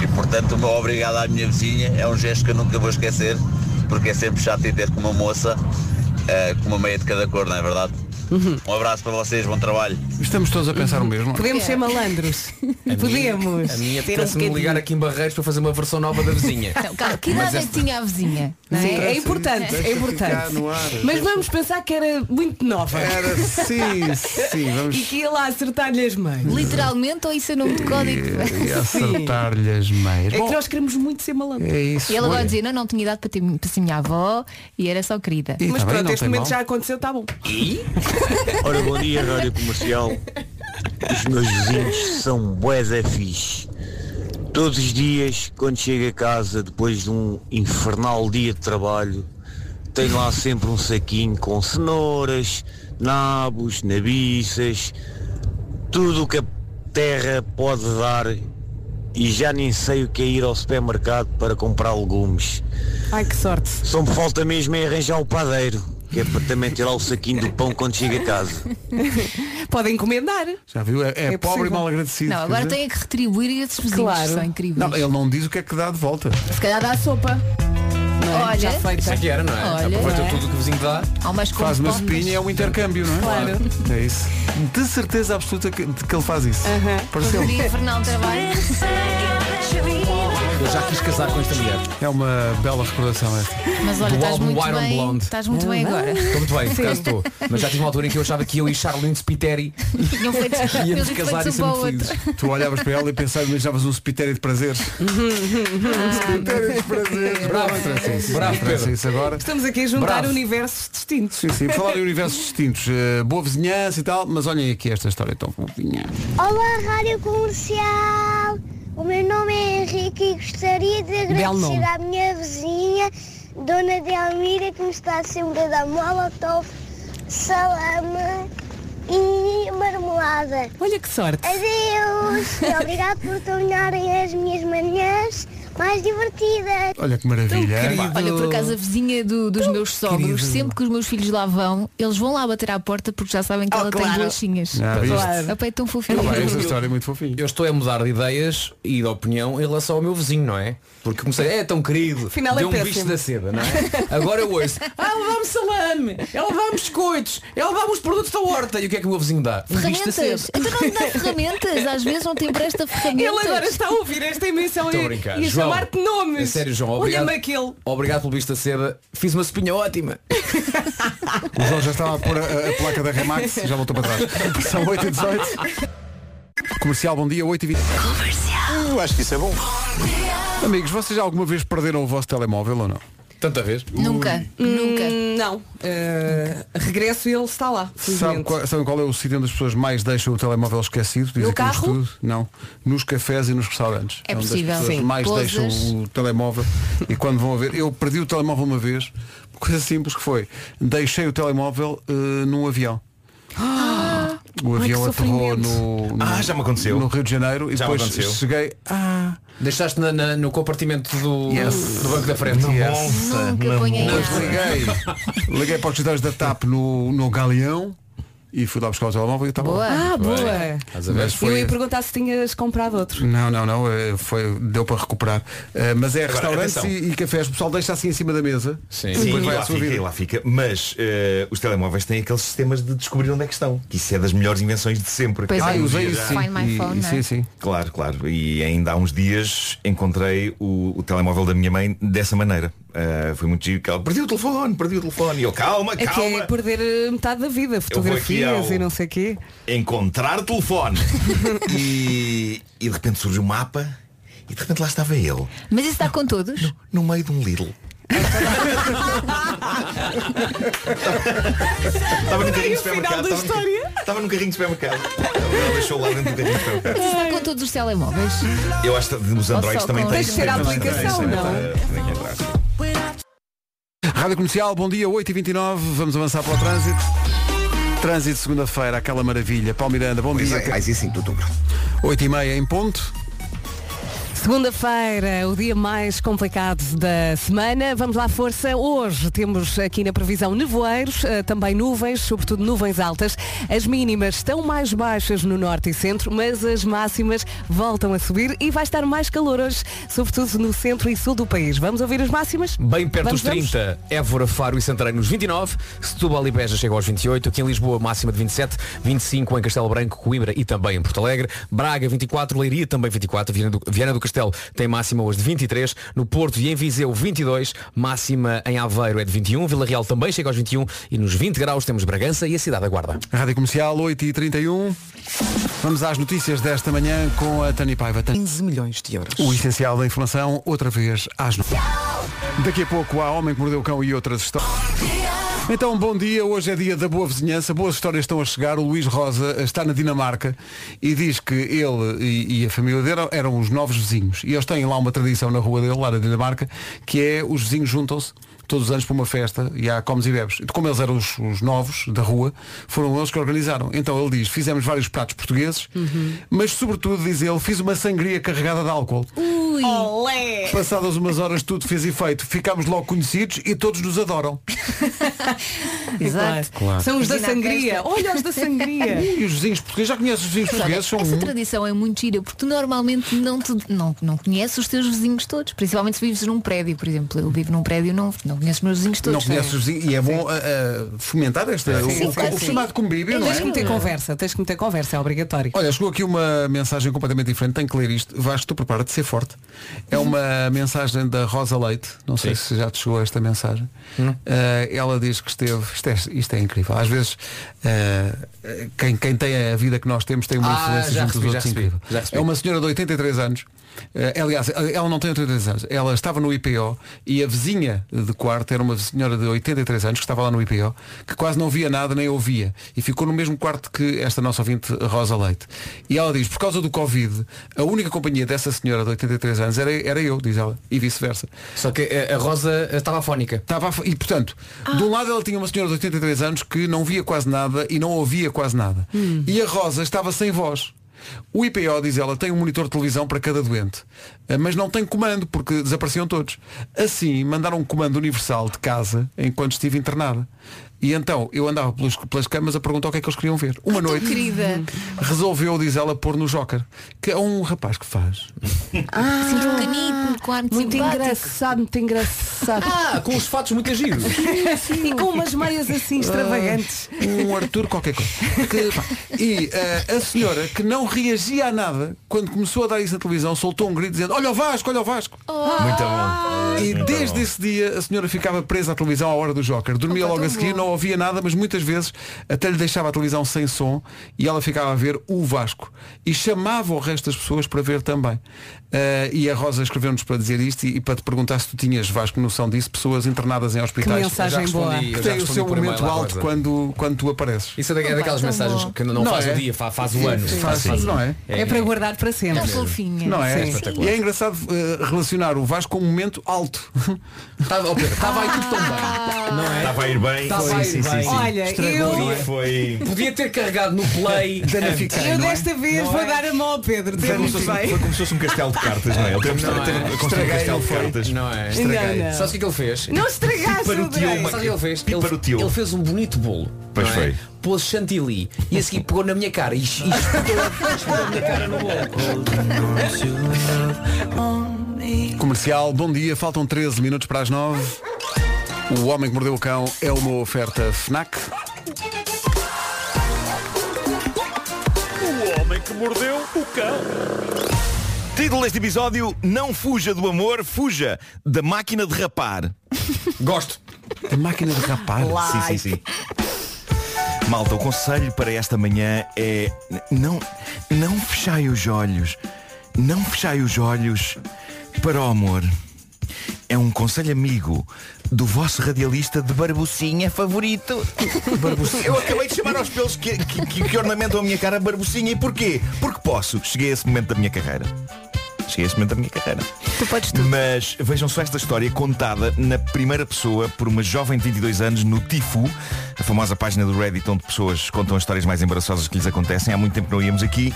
J: E portanto, o meu obrigado à minha vizinha é um gesto que eu nunca vou esquecer, porque é sempre chato ir ter com uma moça ah, com uma meia de cada cor, não é verdade? Um abraço para vocês, bom trabalho.
B: Estamos todos a é pensar o mesmo.
D: Podemos ser malandros. Podemos.
F: A minha
D: Ter um
F: apetece-me
D: bocadinho.
F: ligar aqui em Barreiros para fazer uma versão nova da vizinha.
E: Não,
D: Então,
E: calma, que idade é que tinha a vizinha? Não
D: Sim,
E: é?
D: é importante,
B: Deixa
D: é
B: ficar
D: importante.
B: no ar.
D: Mas vamos pensar que era muito nova
B: Era sim, sim,
D: e
B: vamos
D: que ia lá acertar-lhe as mães.
E: Literalmente ou isso é nome de código?
B: e acertar-lhe as meias.
D: É que
B: Bom,
D: nós queremos muito ser malandros.
B: é isso.
E: E ela
B: olha.
E: agora dizia, não, não tinha idade para, ter, para ser minha avó e era só querida.
B: E
D: Mas
B: tá bem,
D: pronto,
B: não
D: este
B: tem
D: momento
B: mal.
D: já aconteceu,
F: tá
D: está bom.
J: Ora, bom dia, Rádio Comercial. Os meus vizinhos são bués é fixe. Todos os dias, quando chego a casa, depois de um infernal dia de trabalho, tenho lá sempre um saquinho com cenouras, nabos, nabiças, tudo o que a terra pode dar e já nem sei o que é ir ao supermercado para comprar legumes.
D: Ai que sorte.
J: Só me falta mesmo é arranjar o padeiro, que é para também tirar o saquinho do pão quando chego a casa.
D: Podem encomendar.
B: Já viu? É, é
D: É
B: pobre e
D: possível.
B: mal agradecido.
E: Não,
B: quer
E: agora
B: dizer.
E: tem que retribuir esses vizinhos
D: Claro.
E: que são incríveis.
B: Não, ele não diz o que é que dá de volta.
E: Se calhar dá a sopa.
D: Não é?
E: Olha.
D: Já feita.
F: Isso é que era, não é?
E: Olha,
F: Aproveita
D: não é?
F: tudo o que o vizinho dá.
E: Há umas
B: Faz uma
E: correspondas.
B: espinha é um intercâmbio, não é?
D: Claro.
B: É isso. De certeza absoluta que, de que ele faz isso.
D: Aham.
B: Pareceu.
E: Dia infernal de trabalho.
F: Eu já quis casar com esta mulher.
B: É uma bela recordação esta.
E: Mas olha,
F: Do
E: estás
F: álbum
E: muito
F: Iron
E: bem.
F: Blonde.
E: Estás muito bem agora.
F: Estou muito bem, por acaso estou. Mas já tive uma altura em que eu achava que eu e Charlene Spiteri
E: Tinham feito
F: íamos
E: eles
F: casar
E: feitos um para
F: e ser
E: o
F: muito
E: outro.
F: felizes.
B: Tu olhavas para ela e pensavas, imaginavas um cepitério de prazeres. cepitério de prazeres. Bravo, Francisco.
F: Bravo, Pedro.
B: Francisco, agora.
D: Estamos aqui a juntar
B: Bravo.
D: universos distintos.
B: Sim, sim. Falar em universos distintos. eh, boa vizinhança e tal, mas olhem aqui esta história tão fofinha.
G: Olá, Rádio Comercial. O meu nome é Henrique e gostaria de
D: nome.
G: agradecer à minha vizinha, Dona Delmira, que me está sempre a dar molotov, salame e marmelada.
D: Olha que sorte.
G: Adeus! E obrigado por tornarem as minhas manhãs mais divertidas.
B: Olha que maravilha.
D: Tão querido.
E: Olha, por acaso a vizinha do- dos meus sogros, sempre que os meus filhos lá vão, eles vão lá bater à porta porque já sabem que
D: Oh,
E: ela
D: claro.
E: tem bolachinhas.
B: Ah, viste?
D: Claro.
E: A pé É tão fofinho.
B: Pá, Esta história é muito fofinha.
F: Eu estou a mudar de ideias e de opinião em relação ao meu vizinho, não é? Porque comecei, é tão querido,
D: Afinal é
F: deu um
D: péssimo.
F: bicho da seda, não é? Agora eu ouço, ah, ele dá-me salame, ele dá-me biscoitos, ele dá-me os produtos da horta. E o que é que o meu vizinho dá? Um bicho da seda.
E: Ferramentas. Então não me dá ferramentas. Às vezes não tem presta
D: Ele
E: ferramentas.
D: agora está a ouvir esta emissão
F: Estou a
D: e,
F: brincar.
D: e a
F: João,
D: chamar-te nomes.
F: É sério, João, obrigado.
D: Olha-me aquele.
F: Obrigado pelo bicho da seda. Fiz uma sopinha ótima.
B: O João já estava a pôr a, a placa da Remax, já voltou para trás. São 8 e 18 Comercial, bom dia, 8 e 20
J: Eu acho que isso é bom.
B: Amigos, vocês já alguma vez perderam o vosso telemóvel ou não?
F: Tanta vez.
E: Nunca, nunca.
D: Hum, Não. Uh, regresso e ele está lá.
B: Sabe
D: felizmente.
B: qual, sabem qual é o sítio onde as pessoas mais deixam o telemóvel esquecido? Diz
D: No
B: aqui um
D: carro?
B: estudo. Não. Nos cafés e nos restaurantes.
E: É
B: onde
E: possível.
B: As pessoas
E: Sim.
B: mais
E: Poses.
B: deixam o telemóvel e quando vão a ver. Eu perdi o telemóvel uma vez, uma coisa simples que foi. Deixei o telemóvel eh, num avião. O avião aterrou
D: sofrimento.
B: no, no-
J: Ah, já me aconteceu.
B: no Rio de Janeiro e
J: Já me
B: depois
J: aconteceu.
B: cheguei. Ah,
F: Deixaste na- na- no compartimento do, do banco da frente.
B: Nossa,
E: Nunca na ponha bolsa. isso.
B: liguei. Liguei para os escritórios da TAP no, no Galeão e fui lá buscar o telemóvel e estava
E: Boa.
B: lá.
D: Ah, boa.
B: Estás a ver? Mas
D: Eu
B: foi-
D: ia perguntar se tinhas comprado outro.
B: Não, não, não, eh, foi, deu para recuperar. Eh, Mas é
K: Agora,
B: restaurantes
K: atenção.
B: e, e cafés, o pessoal deixa assim em cima da mesa.
K: Sim,
B: E depois
K: e
B: vai
K: lá,
B: à sua
K: fica, e
B: vida.
K: lá fica. Mas eh, os telemóveis têm aqueles sistemas de descobrir onde é que estão. Que isso é das melhores invenções de sempre.
E: Pois
K: Que
E: é.
K: hoje em
E: Ah, usei
K: dia
E: isso,
K: já-
E: sim. Find my E-
D: né?
E: phone, e- não é? sim, sim.
K: Claro, claro. E ainda há uns dias encontrei o, o telemóvel da minha mãe dessa maneira. Eh, foi muito giro que ela perdi o telefone, perdi o telefone. E eu, calma,
D: É que
K: calma.
D: é perder eh, metade da vida,
K: Eu vou aqui
D: fotografias
K: ao-
D: e não sei o quê.
K: Encontrar telefone. e, e de repente surge o mapa e de repente lá estava ele.
E: Mas isso está com todos?
K: No, meio de um Lidl. Estava num carrinho de supermercado. estava num- Estava num carrinho de supermercado. Ela deixou lá dentro do carrinho de supermercado.
E: Mas isso está com todos os telemóveis?
K: Eu acho que os
E: Ou
K: Androids
E: só
K: também
E: com-
K: têm
E: Tens de ter a
K: sistemas
E: aplicação,
K: diferentes,
E: não?
K: né, para- para entrar.
B: Rádio Comercial, bom dia, 8h29, vamos avançar para o trânsito. Trânsito segunda-feira, aquela maravilha. Paulo Miranda, bom dia. É, mais
C: e 5 de outubro.
B: 8h30 em ponto.
D: Segunda-feira, o dia mais complicado da semana. Vamos lá, força. Hoje temos aqui na previsão nevoeiros, eh, também nuvens, sobretudo nuvens altas. As mínimas estão mais baixas no norte e centro, mas as máximas voltam a subir e vai estar mais calor hoje, sobretudo no centro e sul do país. Vamos ouvir as máximas?
F: Bem perto
D: Vamos,
F: dos 30, Évora, Faro e Santarém nos 29, Setúbal e Beja chega aos 28, aqui em Lisboa máxima de 27, 25 em Castelo Branco, Coimbra e também em Porto Alegre, Braga 24, Leiria também 24, Viana do, Viana do Castelo tem máxima hoje de 23, no Porto e em Viseu 22, máxima em Aveiro é de 21, Vila Real também chega aos 21 e nos 20 graus temos Bragança e a Cidade da Guarda.
B: Rádio Comercial, 8h31. Vamos às notícias desta manhã com a Tani Paiva.
A: 15 milhões de euros.
B: O essencial da informação, outra vez
K: Ah,
B: às 9. Daqui a pouco há Homem que Mordeu o Cão e outras histórias. Então, bom dia. Hoje é dia da boa vizinhança. Boas histórias estão a chegar. O Luís Rosa está na Dinamarca e diz que ele e, e a família dele eram os novos vizinhos. E eles têm lá uma tradição na rua dele, lá na Dinamarca, que é os vizinhos juntam-se todos os anos para uma festa e há comes e bebes. E Como eles eram os, os novos da rua, foram eles que organizaram. Então ele diz, fizemos vários pratos portugueses, mas sobretudo, diz ele, fiz uma sangria carregada de álcool.
E: Ui!
B: Passadas umas horas tudo fez efeito. Ficámos logo conhecidos e todos nos adoram.
D: Exato.
B: Claro.
D: São os da
E: Imagina a
D: sangria.
E: festa.
D: Olha os da sangria.
E: é.
B: E os vizinhos portugueses, já conheces os vizinhos
E: Mas olha,
B: portugueses? São
E: essa
B: um.
E: tradição é muito gira porque tu normalmente não, te, não, não conheces os teus vizinhos todos, principalmente se vives num prédio, por exemplo. Eu vivo num prédio não, não conheço os meus vizinhos todos.
B: Não conheces os vizinhos e é bom ah, ah, fomentar esta,
D: Sim,
B: o, o-
D: claro,
B: o
D: sim.
B: chamado convívio, não
D: Tens
B: é?
D: que meter conversa, tens que meter conversa, é obrigatório.
B: Olha, chegou aqui uma mensagem completamente diferente, tenho que ler isto. Vasco, tu prepara-te, ser forte. É uma mensagem da Rosa Leite, não sei se já te chegou esta mensagem. Ah, ela diz que esteve, isto é, isto é incrível. Às vezes ah, quem, quem tem a vida que nós temos tem uma
F: Ah,
B: influência
F: já
B: junto
F: recebi,
B: dos
F: já
B: outros
F: recebi,
B: incrível.
F: já recebi.
B: É uma senhora de 83 anos. Eh, aliás, ela não tem 83 anos. Ela estava no IPO e a vizinha de quarto era uma senhora de 83 anos que estava lá no IPO, que quase não via nada nem ouvia. E ficou no mesmo quarto que esta nossa ouvinte Rosa Leite. E ela diz, por causa do Covid, a única companhia dessa senhora de 83 anos era, era eu, diz ela, e vice-versa.
F: Só que eh, a Rosa eh, estava afónica.
B: Estava a fa- E portanto, de um lado ela tinha uma senhora de 83 anos que não via quase nada e não ouvia quase nada.
D: Hum.
B: E a Rosa estava sem voz. O IPO, diz ela, tem um monitor de televisão para cada doente, eh, mas não tem comando porque desapareciam todos. Assim, mandaram um comando universal de casa enquanto estive internada. E então eu andava pelos- pelas camas a perguntar o que é que eles queriam ver. Uma noite
E: Querida,
B: resolveu, diz ela, pôr no Joker, que é um rapaz que faz.
E: assim pequenito, quarto
D: Muito
E: simpático.
D: engraçado, muito engraçado.
F: Ah, com os fatos muito giros.
D: E com umas meias assim extravagantes.
B: um Arthur qualquer coisa. Que, pá, e eh, a senhora que não reagia a nada, quando começou a dar isso na televisão, soltou um grito dizendo olha o Vasco, olha o Vasco.
K: Muito bom.
B: E
K: Muito
B: desde
K: bom.
B: esse dia a senhora ficava presa à televisão à hora do Joker. Dormia
E: Opa,
B: logo a
E: tão
B: seguir,
E: bom.
B: não ouvia nada, mas muitas vezes até lhe deixava a televisão sem som e ela ficava a ver o Vasco. E chamava o resto das pessoas para ver também. Eh, e a Rosa escreveu-nos para dizer isto e, e para te perguntar se tu tinhas Vasco noção disso, pessoas internadas em hospitais
D: mensagem boa.
B: que
F: eu já
B: têm o
F: respondi
B: seu
F: por e-mail
B: momento
F: à
B: alto
F: Rosa.
B: quando, quando tu apareces.
F: Isso é, da- é
E: Opa,
F: daquelas
E: tão
F: mensagens
E: bom.
F: que não,
B: Não
F: faz
B: é?
F: o dia, fa- faz, o ano.
B: Faz- faz, não é?
D: É para guardar para sempre.
F: Tá
E: Tão fofinha.
B: Não é?
F: Sim.
B: E é engraçado eh, relacionar o Vasco com um momento alto.
F: Tá
E: Ah.
D: Ah,
F: Estava oh Pedro, estava aí tudo tão bem. Não é?
K: Estava a ir bem.
F: Estava vai,
K: sim, sim,
F: vai.
K: sim.
D: Olha, eu-
L: Ah.
K: não é? Foi.
F: Podia ter carregado no play. antes.
B: é?
D: eu desta vez vou dar a mão ao Pedro.
K: Foi como,
D: Temos
K: se
B: assim,
K: fosse,
D: bem.
K: foi como se fosse um castelo de cartas, não é? Ele teve,
F: Não
K: teve,
F: é?
K: construiu um
F: Estraguei,
K: castelo
F: não
K: de
F: foi?
K: cartas.
F: Não é?
D: Estraguei. Não, não.
F: Sabes o que é que ele fez?
D: Não estragaste o
K: Piparoteou
D: André.
K: uma-
F: Sabe o que ele fez?
K: Piparoteou.
F: Ele, ele fez um bonito bolo.
K: Pois
F: não é?
K: foi.
F: Pôs chantilly e a seguir pegou na minha cara e, e espetou espetou a minha cara no bolo.
B: Comercial, bom dia, faltam 13 minutos para as 9. O Homem que Mordeu o Cão é uma oferta FNAC.
L: O homem que mordeu o cão.
K: Título deste episódio: Não fuja do amor, fuja da máquina de rapar. Gosto.
B: Da máquina de rapar?
K: Sim, sim, sim. Malta, o conselho para esta manhã é n- não, não fechai os olhos. Não fechai os olhos para o amor. É um conselho amigo do vosso radialista de barbucinha favorito. Eu acabei de chamar aos pelos que, que, que- que ornamentam a minha cara barbucinha. E porquê? Porque posso. Cheguei a esse momento da minha carreira. Cheguei a esse momento da minha carreira.
E: Tu podes
K: Mas vejam só esta história contada na primeira pessoa por uma jovem de 22 anos no Tifu, a famosa página do Reddit onde pessoas contam as histórias mais embaraçosas que lhes acontecem. Há muito tempo que não íamos aqui.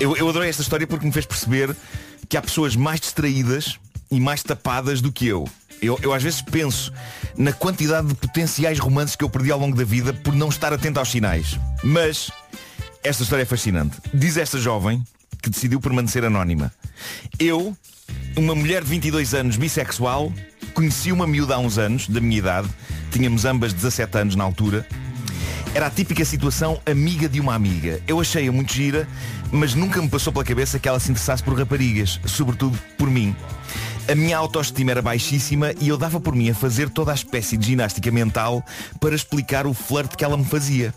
K: Eu, eu adorei esta história porque me fez perceber que há pessoas mais distraídas e mais tapadas do que eu. Eu, eu às vezes penso na quantidade de potenciais romances que eu perdi ao longo da vida por não estar atento aos sinais. Mas esta história é fascinante. Diz esta jovem que decidiu permanecer anónima. Eu, uma mulher de 22 anos bissexual, conheci uma miúda há uns anos, da minha idade. Tínhamos ambas 17 anos na altura. Era a típica situação amiga de uma amiga. Eu achei-a muito gira, mas nunca me passou pela cabeça que ela se interessasse por raparigas, sobretudo por mim. A minha autoestima era baixíssima e eu dava por mim a fazer toda a espécie de ginástica mental para explicar o flerte que ela me fazia.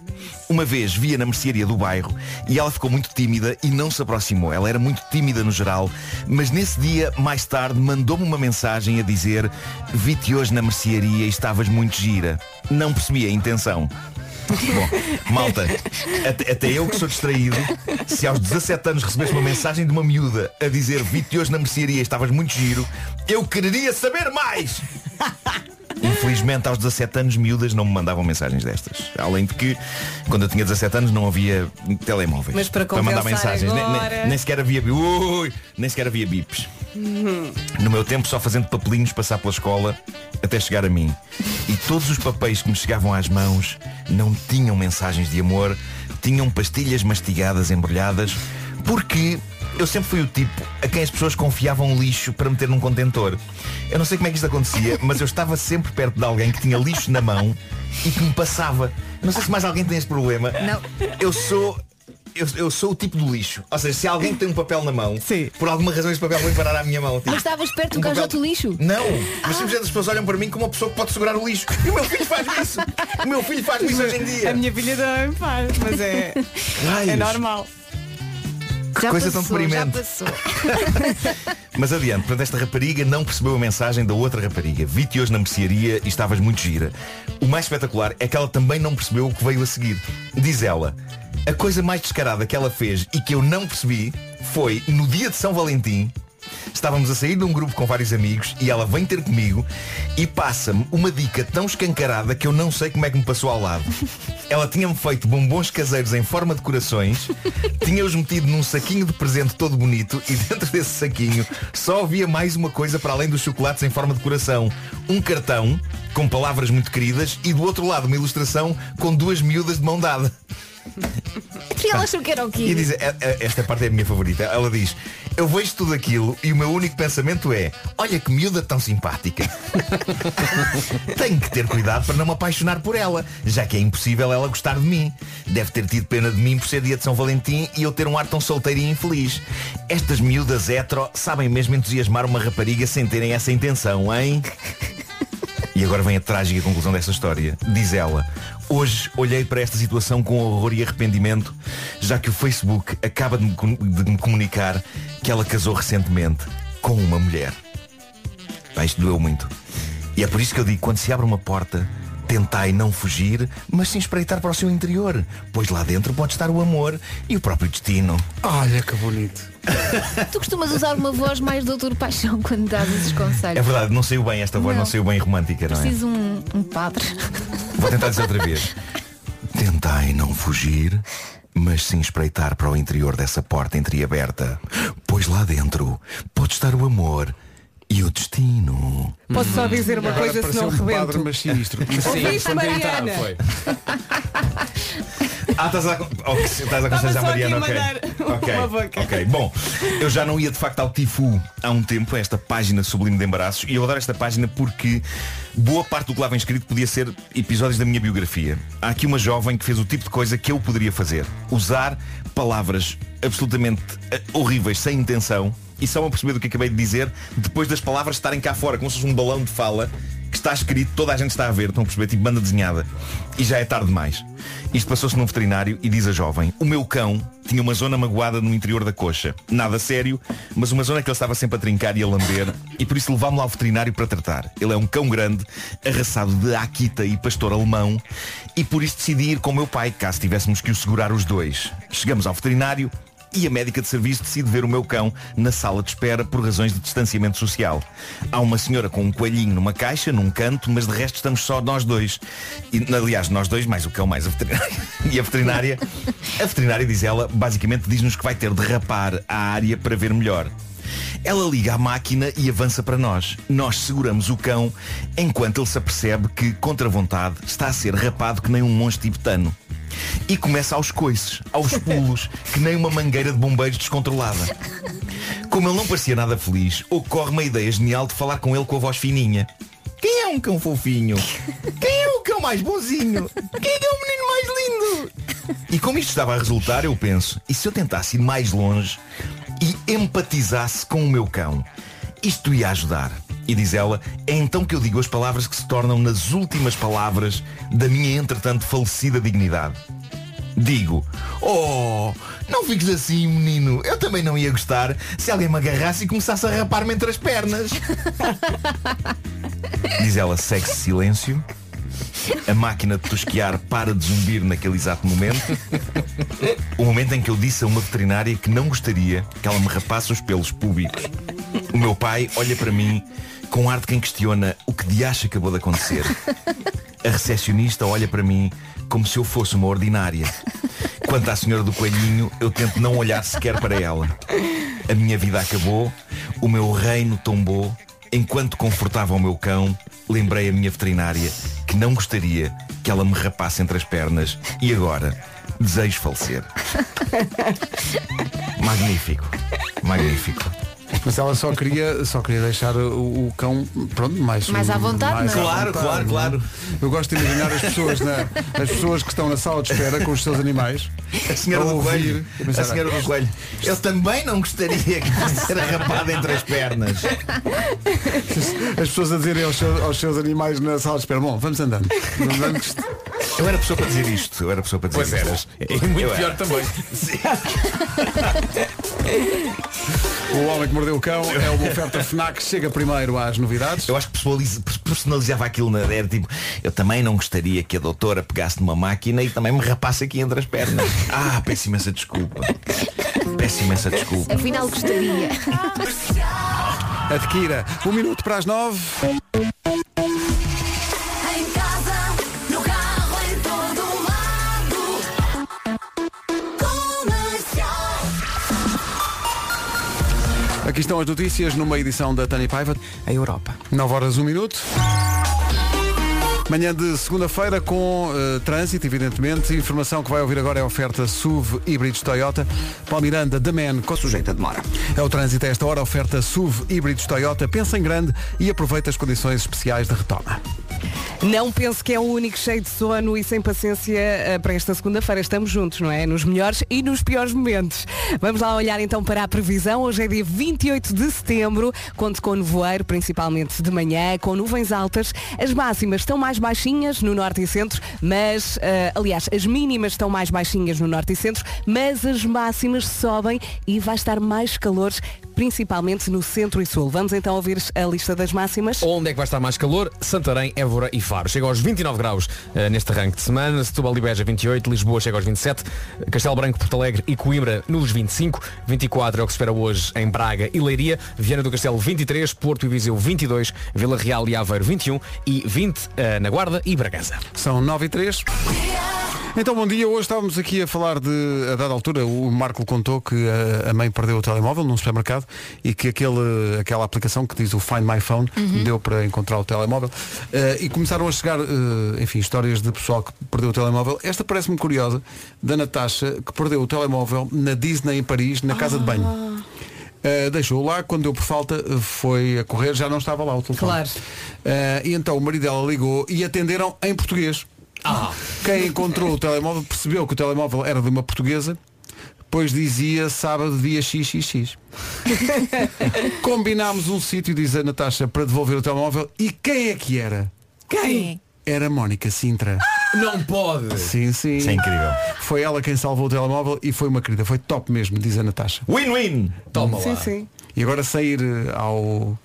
K: Uma vez via na mercearia do bairro e ela ficou muito tímida e não se aproximou. Ela era muito tímida no geral, mas nesse dia, mais tarde, mandou-me uma mensagem a dizer Vi-te hoje na mercearia e estavas muito gira. Não percebi a intenção. Bom, malta, até, até eu que sou distraído, se aos 17 anos recebesse uma mensagem de uma miúda a dizer vi-te hoje na mercearia, estavas muito giro, eu quereria saber mais! Infelizmente aos 17 anos miúdas não me mandavam mensagens destas. Além de que quando eu tinha 17 anos não havia telemóveis
D: Mas para
K: mandar
D: compensar
K: mensagens. Nem- nem-
D: agora-
K: nem sequer havia bi- Ui, nem sequer havia bips.
D: Uhum.
K: No meu tempo só fazendo papelinhos passar pela escola até chegar a mim. E todos os papéis que me chegavam às mãos não tinham mensagens de amor, tinham pastilhas mastigadas, embrulhadas, porque eu sempre fui o tipo a quem as pessoas confiavam um lixo para meter num contentor. Eu não sei como é que isto acontecia, mas eu estava sempre perto de alguém que tinha lixo na mão e que me passava. Eu Não sei se mais alguém tem este problema.
E: Não.
K: Eu sou eu, eu sou o tipo do lixo. Ou seja, se alguém tem um papel na mão, por alguma razão esse papel vai parar à minha mão. Tipo,
E: Mas estavas perto do
K: um
E: gajo do lixo?
K: Não, mas simplesmente as pessoas olham para mim como uma pessoa que pode segurar o lixo. E o meu filho faz isso. O meu filho faz isso hoje em dia.
D: A minha filha também faz, mas é,
K: Raios.
D: é normal.
K: Que Já coisa tão passou, já deprimente. Mas adiante, portanto, esta rapariga não percebeu a mensagem da outra rapariga. Vi-te hoje na mercearia e estavas muito gira. O mais espetacular é que ela também não percebeu o que veio a seguir. Diz ela, a coisa mais descarada que ela fez e que eu não percebi foi, no dia de São Valentim, estávamos a sair de um grupo com vários amigos e ela vem ter comigo e passa-me uma dica tão escancarada que eu não sei como é que me passou ao lado. Ela tinha-me feito bombons caseiros em forma de corações, tinha-os metido num saquinho de presente todo bonito e dentro desse saquinho só havia mais uma coisa para além dos chocolates em forma de coração. Um cartão com palavras muito queridas e do outro lado uma ilustração com duas miúdas de mão dada.
E: E ela achou que era o quê?
K: E diz, é- é- esta parte é a minha favorita. Ela diz, eu vejo tudo aquilo e o meu único pensamento é, olha que miúda tão simpática. Tenho que ter cuidado para não me apaixonar por ela, já que é impossível ela gostar de mim. Deve ter tido pena de mim por ser dia de São Valentim e eu ter um ar tão solteiro e infeliz. Estas miúdas hetero sabem mesmo entusiasmar uma rapariga sem terem essa intenção, hein? E agora vem a trágica conclusão desta história. Diz ela, hoje olhei para esta situação com horror e arrependimento, já que o Facebook acaba de me, com- de me comunicar que ela casou recentemente com uma mulher. Pá, isto doeu muito. E é por isso que eu digo, quando se abre uma porta, Tentai não fugir, mas sim espreitar para o seu interior, pois lá dentro pode estar o amor e o próprio destino.
B: Olha que bonito.
E: Tu costumas usar uma voz mais doutor paixão quando dás esses conselhos.
K: É verdade, não saiu bem esta voz, não,
E: Não.
K: saiu bem romântica, não é?
E: Preciso um, um padre.
K: Vou tentar dizer outra vez. Tentai não fugir, mas sim espreitar para o interior dessa porta entreaberta, pois lá dentro pode estar o amor e o destino.
D: Posso só dizer uma coisa se não rebento?
B: mas sinistro.
D: Ouviste, Mariana?
K: Ah, estás a, ok, estás a
D: Estava
K: aconselhar
D: só
K: a Mariana,
D: aqui
K: ok.
D: a mandar
K: Ok,
D: uma boca.
K: ok. Bom, eu já não ia de facto ao Tifu há um tempo, a esta página sublime de embaraços, e eu adoro esta página porque boa parte do que lá vem escrito podia ser episódios da minha biografia. Há aqui uma jovem que fez o tipo de coisa que eu poderia fazer. Usar palavras absolutamente eh, horríveis, sem intenção, e só a perceber do que acabei de dizer, depois das palavras estarem cá fora, como se fosse um balão de fala, que está escrito, toda a gente está a ver, estão a perceber, tipo banda desenhada. E já é tarde demais. Isto passou-se num veterinário e diz a jovem, o meu cão tinha uma zona magoada no interior da coxa. Nada sério, mas uma zona que ele estava sempre a trincar e a lamber e por isso levámo-lo ao veterinário para tratar. Ele é um cão grande, arraçado de Akita e pastor alemão e por isso decidi ir com o meu pai, caso tivéssemos que o segurar os dois. Chegamos ao veterinário e a médica de serviço decide ver o meu cão na sala de espera por razões de distanciamento social. Há uma senhora com um coelhinho numa caixa, num canto, mas de resto estamos só nós dois. E, aliás, nós dois, mais o cão, mais a veterinária. E a veterinária, a veterinária diz ela, basicamente diz-nos que vai ter de rapar a área para ver melhor. Ela liga à máquina e avança para nós. Nós seguramos o cão enquanto ele se apercebe que, contra vontade, está a ser rapado que nem um monge tibetano. E começa aos coices, aos pulos, que nem uma mangueira de bombeiros descontrolada. Como ele não parecia nada feliz, ocorre-me a ideia genial de falar com ele com a voz fininha. Quem é um cão fofinho? Quem é o cão mais bonzinho? Quem é que é o menino mais lindo? E como isto estava a resultar, eu penso, e se eu tentasse ir mais longe e empatizasse com o meu cão? Isto ia ajudar. E diz ela, é então que eu digo as palavras que se tornam nas últimas palavras da minha entretanto falecida dignidade. Digo, oh, não fiques assim, menino. Eu também não ia gostar se alguém me agarrasse É e começasse a rapar-me entre as pernas. Diz ela, segue-se silêncio. A máquina de tosquiar para de zumbir naquele exato momento. O momento em que eu disse a uma veterinária que não gostaria que ela me rapasse os pelos públicos. O meu pai olha para mim com um ar de quem questiona o que de acha acabou de acontecer. A recepcionista olha para mim como se eu fosse uma ordinária. Quanto à senhora do coelhinho, eu tento não olhar sequer para ela. A minha vida acabou, o meu reino tombou. Enquanto confortava o meu cão, lembrei a minha veterinária que não gostaria que ela me rapasse entre as pernas. E agora, desejo falecer. Magnífico. Magnífico.
B: Mas ela só queria, só queria deixar o, o cão pronto, mais,
E: Mais à vontade, não é?
K: Claro, claro, claro.
B: é? Eu gosto de imaginar as pessoas, na, as pessoas que estão na sala de espera com os seus animais.
K: A senhora
B: a
K: do
B: ouvir
K: coelho.
B: e
K: A
B: pensar,
K: senhora do coelho. Eu também não gostaria que fosse ser rapada entre as pernas.
B: As pessoas a dizerem aos seus, aos seus animais na sala de espera, bom, vamos andando. Vamos andando que isto-
K: Eu era pessoa para dizer isto. Eu era pessoa para dizer
F: Pois
K: isto.
F: eras. E muito
K: Eu
F: pior também.
B: o homem que mordeu o cão é uma oferta FNAC, chega primeiro às novidades.
K: Eu acho que personaliza- personalizava aquilo na era tipo, eu também não gostaria que a doutora pegasse numa máquina e também me rapasse aqui entre as pernas. Ah, peço imensa desculpa. Peço imensa desculpa.
E: Afinal gostaria.
B: Adquira um minuto para as nove.
H: Em casa, no carro, em todo lado. Comercial.
B: Aqui estão as notícias numa edição da Tânia Paiva.
A: A Europa.
B: 9 horas, 1 minuto. Manhã de segunda-feira com eh, trânsito, evidentemente. Informação que vai ouvir agora é a oferta SUV híbridos Toyota. Paulo Miranda, The Man, com sujeita demora. É o trânsito a esta hora, oferta SUV híbridos Toyota. Pensa em grande e aproveita as condições especiais de retoma.
D: Não penso que é o único cheio de sono e sem paciência eh, para esta segunda-feira. Estamos juntos, não é? Nos melhores e nos piores momentos. Vamos lá olhar então para a previsão. Hoje é dia 28 de setembro. Conto com nevoeiro, principalmente de manhã, com nuvens altas. As máximas estão mais baixinhas no norte e centro, mas, eh, aliás, as mínimas estão mais baixinhas no norte e centro, mas as máximas sobem e vai estar mais calor principalmente no centro e sul. Vamos então ouvir a lista das máximas.
F: Onde é que vai estar mais calor? Santarém, Évora e Faro. Chega aos 29 graus eh, neste arranque de semana. Setúbal e Beja 28, Lisboa chega aos 27, Castelo Branco, Porto Alegre e Coimbra nos 25, 24 é o que se espera hoje em Braga e Leiria, Viana do Castelo 23, Porto e Viseu 22, Vila Real e Aveiro 21 e 20 eh, na Guarda e Bragança.
B: São 9 e 3. Então, bom dia. Hoje estávamos aqui a falar de, a dada altura, o Marco contou que a, a mãe perdeu o telemóvel num supermercado e que aquele, aquela aplicação que diz o Find My Phone
M: Uhum.
B: deu para encontrar o telemóvel. Eh, e começaram a chegar, eh, enfim, histórias de pessoal que perdeu o telemóvel. Esta parece-me curiosa, da Natasha, que perdeu o telemóvel na Disney em Paris, na casa de banho. Uh, deixou lá, quando deu por falta, uh, foi a correr, já não estava lá o telefone. Claro. e então o marido dela ligou e atenderam em português. Quem encontrou o telemóvel percebeu que o telemóvel era de uma portuguesa, pois dizia sábado dia XXX. Combinámos um sítio, diz a Natasha, para devolver o telemóvel e quem é que era?
H: Quem?
B: Era Mónica Sintra.
F: Não pode!
B: Sim, sim.
K: Isso é incrível.
B: Foi ela quem salvou o telemóvel e foi uma querida. Foi top mesmo, diz a Natasha.
K: Win-win!
B: Toma lá.
D: Sim, sim.
B: E agora sair eh, ao,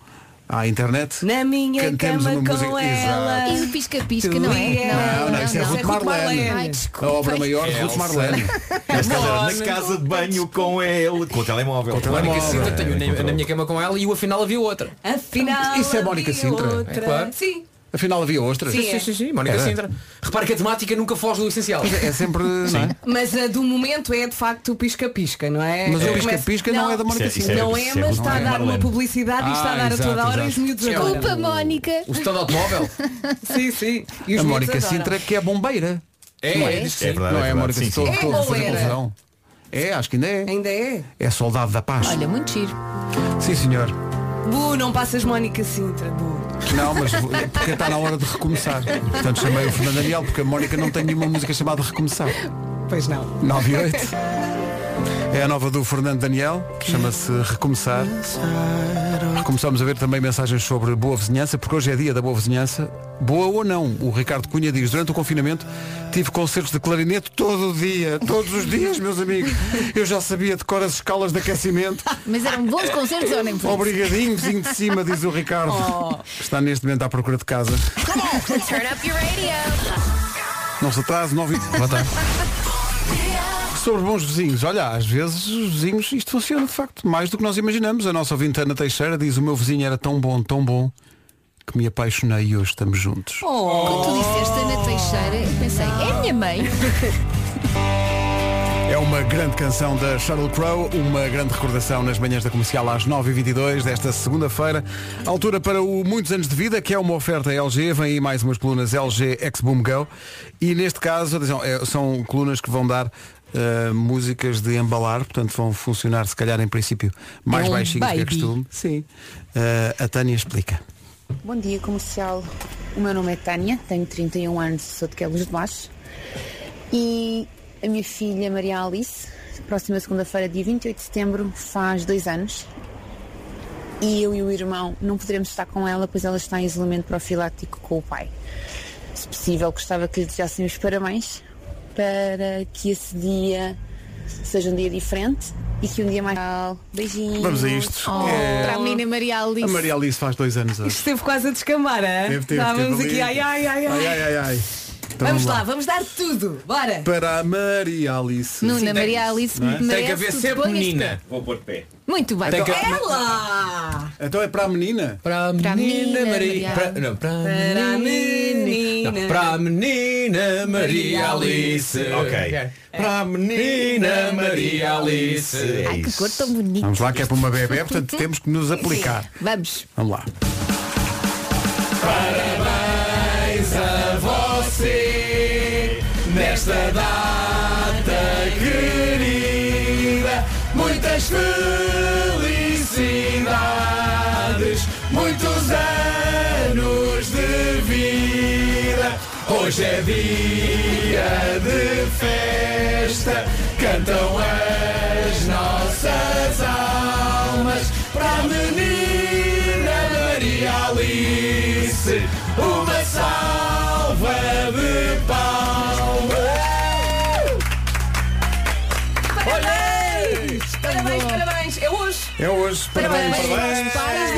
B: à internet.
D: Na minha
B: cantemos
D: cama
B: uma música.
D: com
B: Exato.
D: ela.
E: E o pisca-pisca, não
D: Tu
E: é?
D: e
B: Não, não, isso é Ruth Marlene.
E: Ai,
B: A obra maior de Ruth
K: É Elsa.
B: Marlene.
K: Esta é era
F: Bom,
K: na casa de banho com ele, com o telemóvel. Com
F: Mónica Sintra, tenho na, na minha cama com ela e o afinal havia outra.
D: Afinal,
B: Isso é Mónica
D: havia
B: Sintra.
D: outra.
F: É claro.
D: Sim.
B: Afinal havia ostras.
D: Sim,
F: Sim,
D: é.
F: sim, sim, Mónica
B: Era.
F: Sintra. Repara que a temática nunca foge do essencial.
B: É sempre. não é?
D: Mas a do momento é de facto o pisca-pisca, não é?
B: Mas o
D: É.
B: pisca-pisca não é da Mónica
D: Isso
B: Sintra.
D: Não
B: Isso
D: é,
B: é
D: mas
B: Ruth
D: está a dar
B: Marlene.
D: uma publicidade e está a
B: Ah,
D: dar a
B: exato,
D: toda hora e os
B: exato.
D: miúdos adoram.
E: Desculpa, Mónica.
F: stand automóvel?
D: Sim, sim. E os
B: a
D: miúdos
B: Mónica
D: adoram.
B: Sintra que é bombeira.
F: É,
B: não
F: é, diz que sim. É
B: não é,
F: verdade, é
B: a
F: verdade,
B: Mónica
F: sim,
B: Sintra.
F: sim.
B: Estou
F: É
B: estou a
F: ou
B: fazer
F: era?
B: confusão. É, acho que ainda é.
D: Ainda é.
B: É soldado da paz.
E: Olha, muito giro.
B: Sim, senhor.
D: Bu, não passas Mónica Sintra, Bu.
B: Não, mas vou- é porque está na hora de recomeçar. Portanto, chamei o Fernando Daniel porque a Mónica não tem nenhuma música chamada Recomeçar.
D: Pois não.
B: 9 e 8. É a nova do Fernando Daniel, que chama-se Recomeçar. Começamos a ver também mensagens sobre boa vizinhança, porque hoje é dia da boa vizinhança. Boa ou não, o Ricardo Cunha diz, durante o confinamento tive concertos de clarinete todo o dia, todos os dias, meus amigos. Eu já sabia de cor as escalas de aquecimento.
E: Mas eram bons concertos ou nem por isso?
B: Obrigadinho, vizinho de cima, diz o Ricardo, que está neste momento à procura de casa.
H: Turn up your radio.
B: Não se atrase, 9 e... Boa tarde. Sobre bons vizinhos, olha, às vezes os vizinhos, isto funciona de facto, mais do que nós imaginamos. A nossa ouvinte Ana Teixeira diz, o meu vizinho era tão bom, tão bom, que me apaixonei e hoje estamos juntos.
E: Quando Oh. tu disseste Ana Teixeira, eu pensei, é a minha mãe.
B: É uma grande canção da Sheryl Crow, uma grande recordação nas manhãs da comercial às 9h22 desta segunda-feira. Altura para o Muitos Anos de Vida, que é uma oferta LG. Vem aí mais umas colunas LG X Boom Go. E neste caso, atenção, é- são colunas que vão dar. eh, músicas de embalar, portanto vão funcionar se calhar em princípio mais
N: É um
B: baixinho do que é
N: baby.
B: costume. Sim. a Tânia explica.
N: Bom dia, comercial. O meu nome é Tânia, tenho 31 anos, sou de Queluz de Baixo. E a minha filha Maria Alice, próxima segunda-feira, dia 28 de setembro, faz dois anos. E eu e o irmão não poderemos estar com ela, pois ela está em isolamento profilático com o pai. Se possível, gostava que lhe desejassem os parabéns para que esse dia seja um dia diferente e que um dia mais. Beijinhos.
B: Vamos a isto.
E: Oh,
B: É.
E: Para a menina Maria Alice.
B: A Maria Alice faz dois anos hoje.
D: Esteve quase a descambar, hein?
B: Teve, teve,
D: é? Estávamos
B: teve
D: aqui,
B: ali.
D: ai, ai, ai,
B: Ai,
D: ai.
B: ai, ai, ai. Então
D: Vamos lá, vamos dar tudo. Bora.
B: Para a Maria Alice.
E: Nuna, Maria Alice
B: Não é?
E: merece tu te ponhas de pé.
K: Vou pôr pé.
E: Muito bem.
B: Tem que-
D: Ela!
B: Então é para a menina?
F: Para a
E: Para a menina menina Maria. Maria.
F: Para, não, para,
D: Para a menina.
F: Não, para a menina Maria Alice.
K: Ok.
F: Para a menina Maria Alice.
E: Ai, que cor tão bonita.
B: Vamos lá, que é para uma bebê, portanto temos que nos aplicar.
E: Vamos.
B: Vamos lá.
H: Parabéns a você nesta data querida. Muitas felicidades, muitos anos de vida. Hoje é dia de festa, cantam as nossas almas para a menina Maria Alice. Uma salva de palmas.
D: Parabéns! Parabéns, parabéns! É hoje!
B: É hoje.
H: Parabéns,
B: parabéns.
H: parabéns.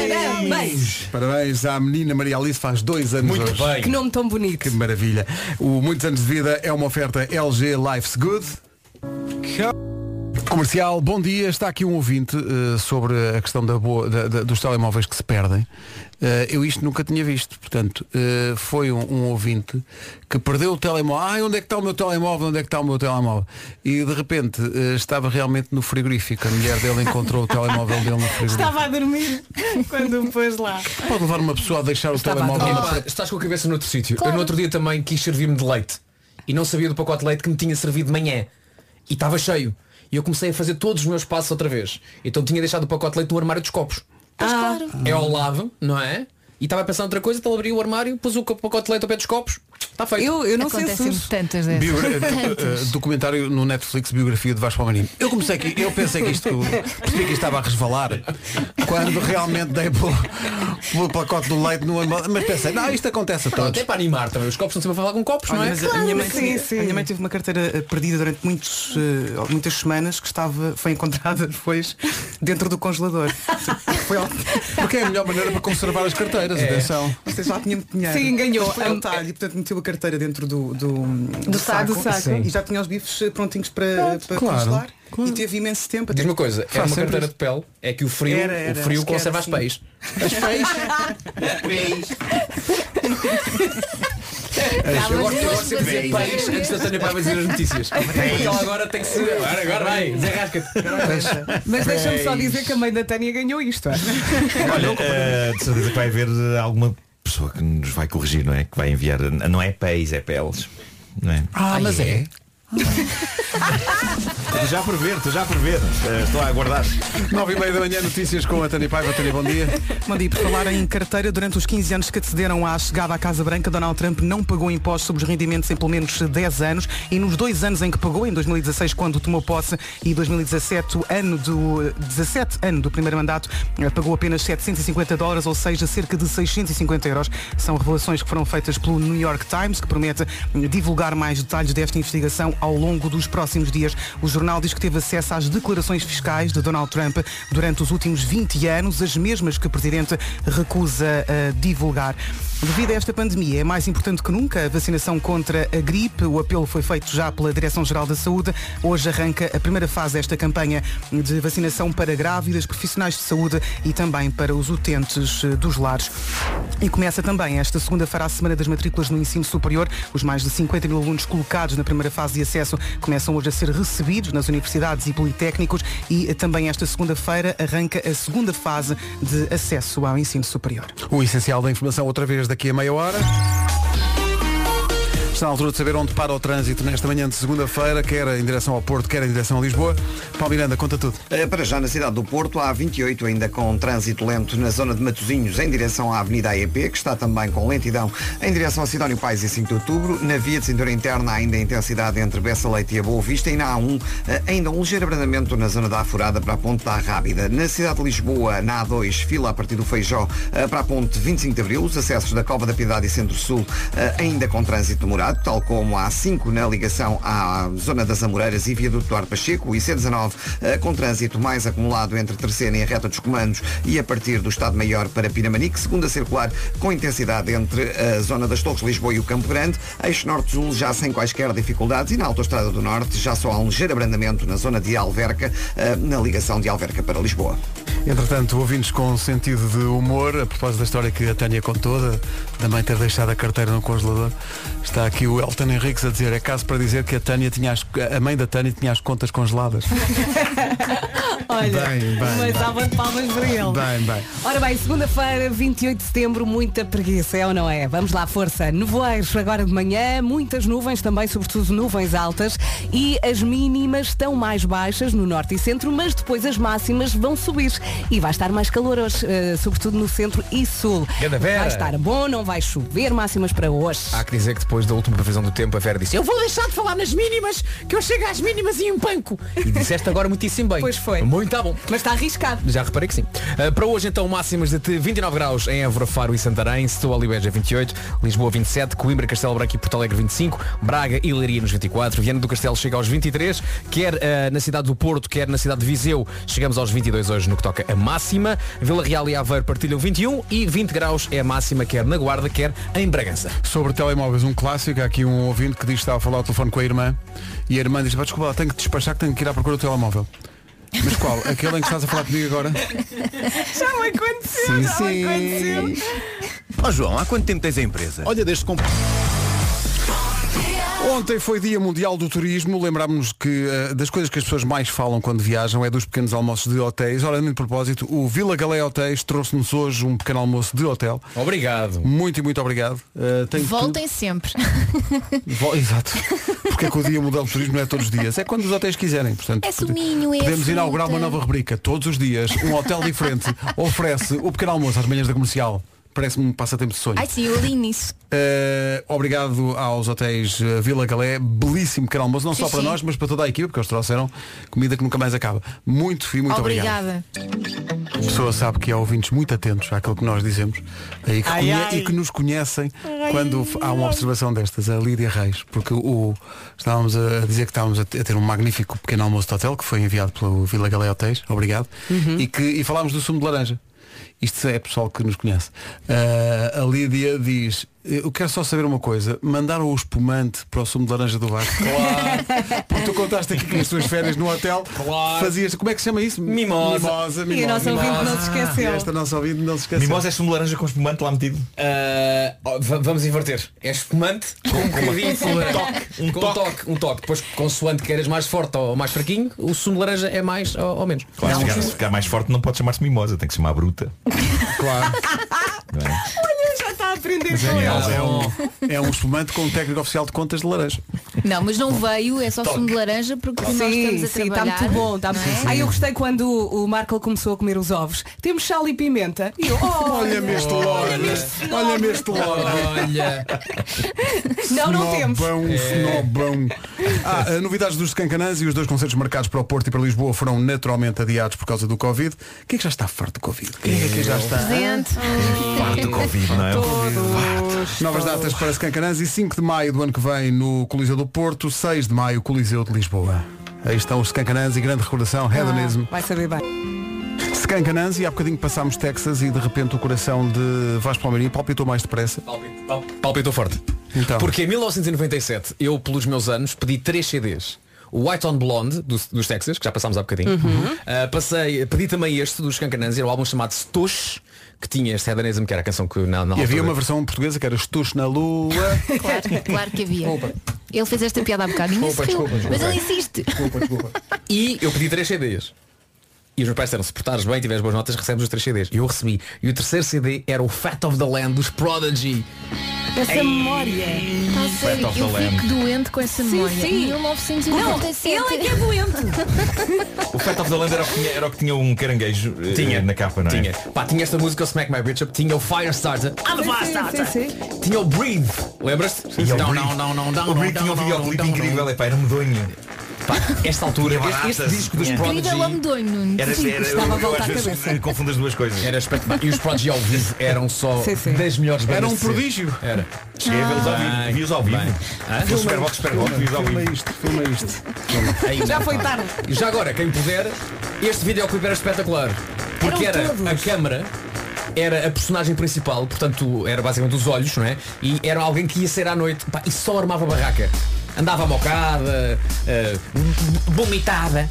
B: Parabéns. Parabéns à menina Maria Alice, faz dois anos
D: Muito
B: hoje.
D: bem. Que nome tão bonito.
B: Que maravilha. O Muitos Anos de Vida é uma oferta LG Life's Good. Comercial, bom dia. Está aqui um ouvinte eh, sobre a questão da boa- da- da- dos telemóveis que se perdem. Eh, eu isto nunca tinha visto. Portanto, eh, foi um, um ouvinte que perdeu o telemóvel. Ai, onde é que está o meu telemóvel? Onde é que está o meu telemóvel? E de repente eh, estava realmente no frigorífico. A mulher dele encontrou o telemóvel dele no frigorífico.
A: Estava a dormir quando o pôs lá.
B: Pode levar uma pessoa a deixar o telemóvel na
F: Epá, estás com a cabeça noutro sítio. Eu no outro dia também quis servir-me de leite e não sabia do pacote de leite que me tinha servido de manhã e estava cheio. E eu comecei a fazer todos os meus passos outra vez. Então tinha deixado o pacote de leite no armário dos copos.
H: Ah,
F: É ao lado, não é? E estava a pensar noutra coisa, então abri o armário, pus o pacote de leite ao pé dos copos. Está feito.
D: Eu, eu não sei
E: Acontecem
D: se...
E: tantas dessas.
B: Biogra- eh, documentário no Netflix biografia de Vasco Palmarinho. Eu comecei que eu pensei que isto percebi que isto estava a resvalar quando realmente dei pelo, pelo pacote do leite no embalo- mas pensei, não, isto acontece a
F: Pronto,
B: todos.
F: é para animar também. Os copos não sempre a falar com copos, não
A: Olha,
F: é?
A: mas a, minha mãe tinha- a minha mãe teve uma carteira eh, perdida durante muitos, eh, muitas semanas que estava, foi encontrada depois dentro do congelador. foi ótimo.
B: Porque é a melhor maneira para conservar as
F: É.
B: carteiras, atenção.
A: Você já tinha muito dinheiro.
D: Sim, ganhou.
A: Foi ao talho, e, portanto meteu a carteira dentro do, do, do
D: saco. Do saco. Sim.
A: e já tinha os bifes eh, prontinhos para, para
F: claro,
A: congelar. E teve imenso tempo. até-
F: Diz uma coisa, é
A: Faz
F: uma
A: sempre
F: carteira de pele, é que o frio,
A: Era, era,
F: o frio
A: acho que
F: conserva
A: era,
F: as peias. Eu gosto, eu gosto sempre de dizer peixe antes da Tânia Paiva dizer as notícias. Então agora tem que ser. Agora, agora vai, desenrasca-te.
D: Mas deixa-me só dizer que a mãe da Tânia ganhou isto.
K: Olha, eh, de certeza que vai haver eh, alguma pessoa que nos vai corrigir, não é? Que vai enviar. eh, Não é pés, é peles. Não é?
B: Ah, mas é.
K: Estou já a prever, estou já a prever. Eh, Estou a aguardar.
B: Nove e meia da manhã, notícias com a Tânia Paiva. Tânia, bom dia.
A: Bom dia, por falar em carteira, durante os 15 anos que antecederam à chegada à Casa Branca, Donald Trump não pagou impostos sobre os rendimentos em pelo menos 10 anos e nos dois anos em que pagou, em 2016 quando tomou posse e 2017, o ano do 17 ano do primeiro mandato, eh, pagou apenas 750 dólares, ou seja, cerca de 650 euros. São revelações que foram feitas pelo New York Times, que promete eh, divulgar mais detalhes desta investigação ao longo dos próximos dias. O jornal diz que teve acesso às declarações fiscais de Donald Trump durante os últimos 20 anos, as mesmas que o presidente recusa eh, divulgar. Devido a esta pandemia, é mais importante que nunca a vacinação contra a gripe. O apelo foi feito já pela Direção-Geral da Saúde. Hoje arranca a primeira fase desta campanha de vacinação para grávidas, profissionais de saúde e também para os utentes eh, dos lares. E começa também esta segunda-feira a Semana das Matrículas no Ensino Superior. Os mais de 50 mil alunos colocados na primeira fase de acesso começam hoje a ser recebidos nas universidades e politécnicos e eh, também esta segunda-feira arranca a segunda fase de acesso ao ensino superior.
B: O essencial da informação outra vez daqui a meia hora. Está na altura de saber onde para o trânsito nesta manhã de segunda-feira, quer em direção ao Porto, quer em direção a Lisboa. Paulo Miranda, conta tudo.
C: Eh, Para já na cidade do Porto, há 28 ainda com trânsito lento na zona de Matosinhos em direção à Avenida AEP, que está também com lentidão em direção a Sidónio Pais e 5 de Outubro. Na via de cintura interna há ainda intensidade entre Bessa Leite e a Boa Vista e na A1 eh, ainda um ligeiro abrandamento na zona da Afurada para a Ponte da Rábida. Na cidade de Lisboa, na A2, fila a partir do Feijó eh, para a Ponte 25 de Abril, os acessos da Cova da Piedade e Centro-Sul eh, ainda com trânsito demorado, tal como a A5 na ligação à zona das Amoreiras e viaduto do Ar Pacheco e C19 eh, com trânsito mais acumulado entre Terceira e a reta dos comandos e a partir do Estado Maior para Pinamanique, segunda circular com intensidade entre a zona das Torres de Lisboa e o Campo Grande, eixo Norte-Sul já sem quaisquer dificuldades e na Autostrada do Norte já só há um ligeiro abrandamento na zona de Alverca, eh, na ligação de Alverca para Lisboa.
B: Entretanto, ouvintes com sentido de humor, a propósito da história que a Tânia contou, da, da mãe ter deixado a carteira no congelador, está aqui o Elton Henriques a dizer, é caso para dizer que a, Tânia tinha as- a mãe da Tânia tinha as contas congeladas.
D: Olha,
B: Bem, bem,
D: uma
B: bem.
D: salva de palmas para ele.
B: Bem, bem.
D: Ora bem, segunda-feira, 28 de setembro, muita preguiça, é ou não é? Vamos lá, força. Nevoeiros agora de manhã, muitas nuvens também, sobretudo nuvens altas, e as mínimas estão mais baixas no norte e centro, mas depois as máximas vão subir. E vai estar mais calor hoje, eh, sobretudo no centro e sul.
F: Ganda Vera.
D: Vai estar bom, não vai chover, máximas para hoje.
F: Há que dizer que depois da última previsão do tempo a Vera disse Eu vou
D: deixar de falar nas mínimas, que eu chego às mínimas um e empanco.
F: E disseste agora muitíssimo bem Pois foi Muito tá bom
D: Mas está arriscado
F: Já reparei que sim Ah, Para hoje então máximas de 29 graus em Évora, Faro e Santarém Setúbal e Beja 28 Lisboa 27 Coimbra, Castelo Branco e Porto Alegre 25 Braga e Leiria nos 24 Viana do eh, Castelo chega aos 23 Quer ah, na cidade do Porto, quer na cidade de Viseu Chegamos aos 22 hoje no que toca a máxima. Vila Real e Aveiro partilham 21 e 20 graus é a máxima, quer na Guarda, quer em Bragança.
B: Sobre telemóveis, um clássico, há aqui um ouvinte que diz que estava a falar ao telefone com a irmã e a irmã diz, "Pá, desculpa, lá, tenho que despachar que tenho que ir à procura do telemóvel. Mas qual? Aquele em que estás a falar comigo agora?
H: Já me aconteceu,
B: Sim,
H: já me
B: sim.
H: aconteceu.
M: Ó João, há quanto tempo tens a empresa?
B: Olha, desde comp... Ontem foi Dia Mundial do Turismo, lembrámos-nos que eh, das coisas que as pessoas mais falam quando viajam é dos pequenos almoços de hotéis. Ora, de propósito, o Vila Galé Hotéis trouxe-nos hoje um pequeno almoço de hotel.
F: Obrigado.
B: Muito e muito obrigado. Eh, tem
E: Voltem sempre.
B: tudo. Vol- Exato. Porque é que o Dia Mundial do Turismo não é todos os dias. É quando os hotéis quiserem. Portanto,
E: É suminho, é
B: podemos
E: fruta.
B: inaugurar uma nova rubrica. Todos os dias, um hotel diferente oferece o pequeno almoço às manhãs da comercial. Parece-me um passatempo de sonho.
E: Ai sim, eu alinho nisso.
B: Eh, obrigado aos hotéis eh, Vila Galé, belíssimo canal almoço, não
E: Sim,
B: só para
E: sim.
B: nós, mas para toda a equipa, porque eles trouxeram comida que nunca mais acaba. Muito e muito obrigado.
E: Obrigada.
B: A pessoa sabe que há ouvintes muito atentos àquilo que nós dizemos eh, e que,
E: Ai,
B: conhe-
E: ai.
B: e que nos conhecem quando f- há uma observação destas, a Lídia Reis, porque o, estávamos a dizer que estávamos a te- a ter um magnífico pequeno almoço de hotel que foi enviado pelo Vila Galé Hotéis, obrigado,
F: Uhum.
B: e, que, e falámos do sumo de laranja. Isto é pessoal que nos conhece. Ah, a Lídia diz, eh, eu quero só saber uma coisa, mandaram o espumante para o sumo de laranja do barco. Claro. Porque tu contaste aqui que nas tuas férias no hotel fazias, como é que se chama isso?
F: Mimosa.
B: Mimosa,
F: E a nossa ouvinte não se esqueceu.
B: Ah, E esta nossa ouvinte não se esqueceu.
F: Mimosa é
K: sumo de laranja com espumante lá metido?
F: Ah, vamos inverter. É espumante com um bocadinho de
K: Um
F: toque. Um, toque. um toque. Depois, consoante queiras mais forte ou mais fraquinho, o sumo de laranja é mais ou, ou menos.
K: Claro, se ficar, se ficar mais forte não pode chamar-se mimosa, tem que se chamar bruta.
B: Claro.
D: Olha, já está a aprender
B: Mas
D: com
B: é,
D: ela.
B: é um, é um espumante com um técnico oficial de contas de laranja.
E: Não, mas não veio, é só sumo de laranja porque
D: Sim,
E: nós estamos a
D: sim, está
E: trabalhar. é?
D: muito bom. Está muito... Aí eu gostei quando o o Marco começou a comer os ovos. Temos sal e pimenta. E eu, oh,
B: Olha-me este
D: Olha-me
B: loja.
D: este fenómeno.
B: Olha-me este loja.
F: Olha.
D: Não, não temos.
B: Snobão,
D: É.
B: snobão. Ah, eh, novidades dos Cancanãs e os dois concertos marcados para o Porto e para Lisboa foram naturalmente adiados por causa do Covid. Quem é que já está farto do Covid? Quem é que já está?
K: Farto do Covid, não é?
B: Novas datas para Scancanãs e 5 de maio do ano que vem no Coliseu do Porto, 6 de maio Coliseu de Lisboa. Aí estão os Scancanãs e grande recordação, é hedonism.
D: Ah, Vai saber bem.
B: Scancanãs e há bocadinho passámos Texas e de repente o coração de Vasco Palmeirinho palpitou mais depressa.
F: Palpitou forte.
B: Então.
F: Porque em 1997, eu, pelos meus anos, pedi três CDs. O White on Blonde, dos, dos Texas, que já passámos há bocadinho.
H: Uhum.
F: Ah, passei, pedi também este dos Cancanãs, era um álbum chamado Stosh, que tinha este Hedonism, que era a canção que na, na
B: E havia
F: altura-
B: uma versão portuguesa que era Estuche na Lua.
E: Claro, claro que havia. Ele fez esta piada há bocado. Ninguém se
F: Desculpa,
E: riu,
F: desculpa,
E: mas
F: desculpa.
E: ele insiste.
F: E eu pedi três CDs. E os meus pais disseram, se portares bem e tiveres boas notas, recebes os três CDs. E eu recebi. E o terceiro CD era o Fat of the Land dos Prodigy.
D: Essa
F: Ei.
D: memória.
E: Está sério,
F: Fat of
E: eu
F: the
E: fico doente com essa memória.
D: sim.
E: 1997.
D: Não, ele é que é doente.
K: O Fat of the Land era o que tinha, era o que tinha um caranguejo eh,
F: Tinha.
K: na capa, não é?
F: Tinha. Pá, tinha esta música, o Smack My Bitch Up, tinha o Firestarter. I'm a Firestarter.
D: sim, sim.
F: Tinha o Breathe. Lembras-te?
K: E o
F: Não,
K: Breathe-
F: não, não, não, não.
K: O Breathe
F: não,
K: tinha um
F: não, não,
K: videoclipe
F: não,
K: incrível, é pá, era medonho.
F: Pá, esta altura,
K: Tinha
F: este, este
K: baratas,
F: disco dos
K: tinha.
F: Prodigy.
E: Incrível amedonho, Nuno.
K: Era,
E: Sim,
K: era,
E: estava a
K: eu, eu
E: voltar
K: às
E: à
K: vezes
E: cabeça.
K: confundo as duas coisas.
F: Era espetacular. E os Prodigy ao vivo eram só
K: Sim, sim.
F: das melhores
K: Era
F: bandas
K: um
F: de sempre.
K: prodígio.
F: Era.
K: Cheguei a vê-los ao vivo,
F: Bem,
K: vi-os ao vivo.
F: bem. Hã?
K: No Superbox, Superbox, vi-os ao vivo.
B: isto, filma isto.
F: Ainda.
D: Já foi tarde.
F: E Já agora, quem puder, este videoclipe era espetacular. Porque
D: Eram
F: era a câmara, era a personagem principal, portanto era basicamente os olhos, não é? E era alguém que ia ser à noite pá, e só armava barraca. Andava mocada, eh, vomitava,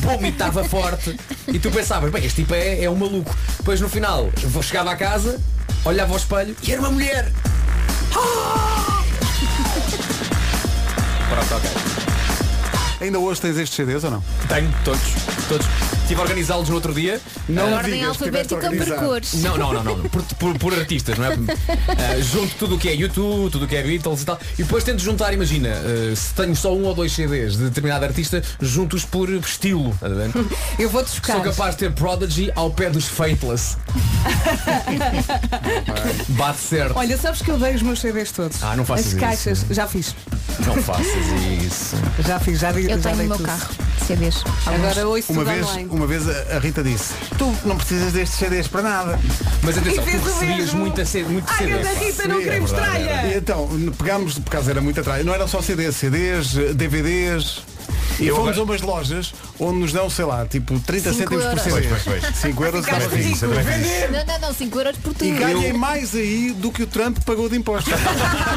F: vomitava forte. E tu pensavas, bem, este tipo é, é um maluco. Depois no final, vou- chegava a casa, olhava ao espelho e era uma mulher.
B: Ah!
F: Pronto, ok.
B: Ainda hoje tens estes CDs ou não?
F: Tenho, todos, todos. Estive a organizá-los no outro dia.
B: Não
F: Ah,
B: Ordem digas que tiveste alfabética por organizado. cores.
F: Não, não, não, não. Por, por- por artistas, não é? Ah, junto tudo o que é YouTube, tudo o que é Beatles e tal. E depois tento juntar, imagina, ah, se tenho só um ou dois CDs de determinado artista, juntos por estilo. Estás a ver?
D: Eu vou-te chocar.
F: Sou capaz de ter Prodigy ao pé dos Faithless. Bate certo.
D: Olha, sabes que eu dei os meus CDs todos.
F: Ah, não faças
D: As
F: isso.
D: caixas, já fiz.
F: Não faças isso.
D: Já fiz, já dei.
E: Eu
D: já
E: tenho
D: dei
E: no meu
D: tudo.
E: carro CDs.
D: Agora ouço
B: Ah, uma
D: tudo
B: vez,
D: online.
B: uma vez a a Rita disse, tu não precisas destes CDs para nada.
F: Mas atenção,
D: E
F: tu
D: fez o
F: recebias
D: mesmo.
F: muita CD. Muito
D: Ai,
F: CD,
D: eu da
F: pá.
D: Rita,
B: é
D: não queremos tralha.
B: E Então, pegámos, por causa era muita tralha, não era só CDs, CDs, DVDs. E
K: Eu
B: fomos
K: agora-
B: a umas lojas onde nos dão, sei lá, tipo 30
E: Cinco
B: cêntimos por
E: euros.
B: CD.
K: Pois, pois, pois.
B: 5 euros
K: Ficaste
B: também fixe,
K: ridículo.
B: também fixe.
E: Não, não, não, 5 euros por tudo.
B: E ganhem mais aí do que o Trump pagou de impostos.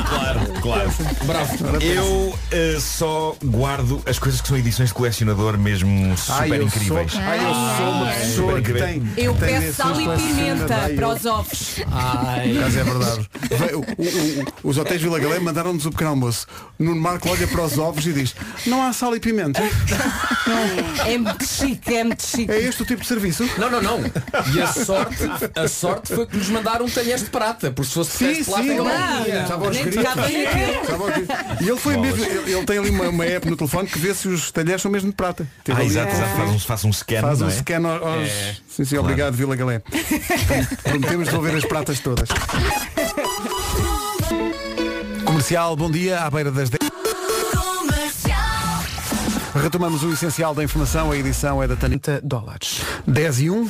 K: Claro, claro.
B: Bravo.
K: Eu eh, só guardo as coisas que são edições de colecionador mesmo Ah, super
B: Ai, eu
K: incríveis.
B: sou- ai, eu sou uma
K: Ai,
B: pessoa
K: super
B: que
K: incrível.
B: tem-
D: Eu
B: Tem
D: peço
B: esses
D: sal e
B: dois
D: pimenta
B: lacinhos,
D: para
B: vai,
D: os ovos.
B: Mas é verdade. Veio- o- o- o- os hotéis Vila Galé mandaram-nos o pequeno almoço. Nuno Marco olha para os ovos e diz, não há sal e pimenta.
D: É muito chique, é muito chique.
B: É este o tipo de serviço?
F: Não, não, não. E a sorte, a sorte foi que nos mandaram talheres de prata, porque se fosse
B: Sim,
F: talheres de plata,
B: sim,
F: eu
D: Ah,
B: claro.
F: não ia.
B: Estava aos
F: Nem
B: gritos.
F: tocava nele.
B: Estava aos gritos. E ele foi mesmo, ele, ele tem ali uma, uma app no telefone que vê se os talheres são mesmo de prata. Teve
K: Ah,
B: ali-
K: exato, exato. Faz um, faz um scan.
B: Faz
K: não
B: um
K: é?
B: scan aos. aos-
K: É.
B: Sim, sim,
K: Claro.
B: obrigado, Vila Galé. Prometemos devolver as pratas todas. Comercial, bom dia, à beira das 10. Retomamos o essencial da informação, a edição é da Tanita Dólares. 10 e 1.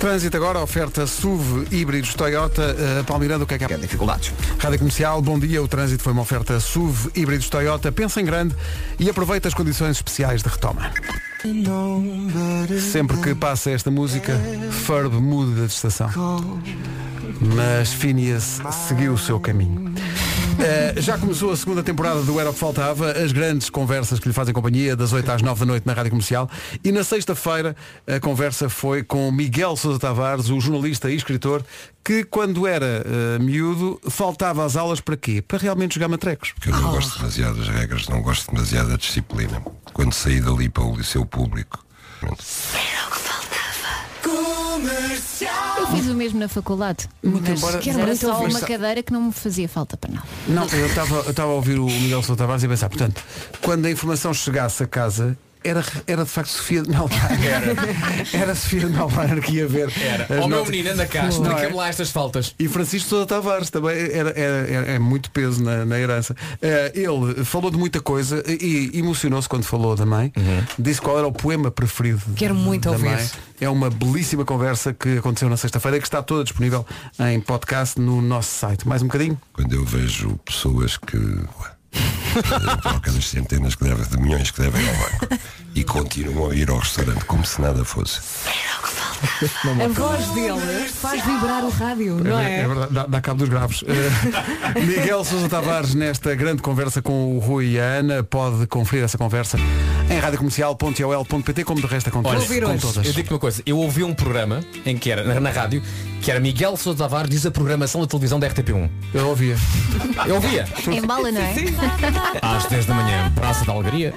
B: Trânsito agora, oferta SUV híbridos Toyota. Uh, Palmeirando, o que é que há?
C: dificuldades.
B: Rádio Comercial, bom dia. O trânsito foi uma oferta SUV híbridos Toyota. Pensa em grande e aproveita as condições especiais de retoma. Sempre que passa esta música, Ferb muda de estação. Mas Phineas seguiu o seu caminho. Uh, já começou a segunda temporada do Era o que Faltava, as grandes conversas que lhe fazem companhia, das 8 às 9 da noite na Rádio Comercial. E na sexta-feira a conversa foi com Miguel Sousa Tavares, o jornalista e escritor, que quando era uh, miúdo faltava às aulas para quê? Para realmente jogar matrecos.
O: porque eu não gosto demasiado das regras, não gosto demasiado da disciplina. Quando saí dali para o liceu público,
H: Comercial.
E: Eu fiz o mesmo na faculdade.
B: Muito
E: mas
B: embora-
E: que
B: Muito
E: era só
B: embora-
E: uma cadeira que não me fazia falta para nada.
B: Não, eu estava eu estava a ouvir o Miguel Sousa Tavares e a pensar, portanto, quando a informação chegasse a casa, era, era de facto Sofia de Melbourne.
F: Era.
B: Era Sofia de Melbourne que ia ver.
F: Era.
B: as
F: Ó, meu
B: notas.
F: menino, anda cá,
B: Não é?
F: explica-me lá estas faltas.
B: E Francisco Sousa Tavares também era, era- era- é muito peso na, na herança. Eh, ele falou de muita coisa e emocionou-se quando falou da mãe. Disse qual era o poema preferido.
D: Uhum. Quero muito
B: da
D: ouvir.
B: mãe. É uma belíssima conversa que aconteceu na sexta-feira e que está toda disponível em podcast no nosso site. Mais um bocadinho?
O: quando eu vejo pessoas que ué, eh, trocam as centenas que devem, de milhões que devem ao banco e continuam a ir ao restaurante como se nada fosse.
D: A voz dele faz vibrar o rádio, não
B: ver-
D: é?
B: verdade, dá, dá cabo dos graves. Eh, Miguel Sousa Tavares, nesta grande conversa com o Rui e a Ana, pode conferir essa conversa em radiocomercial.ol.pt, como de resto
F: Olha,
B: acontece com todas.
F: eu digo uma coisa, eu ouvi um programa em que era na, na rádio, que era Miguel Sousa Tavares diz a programação da televisão da RTP1.
B: Eu ouvia.
F: Eu ouvia.
E: Embala, não é?
F: Às 10 da manhã, Praça da Alegria.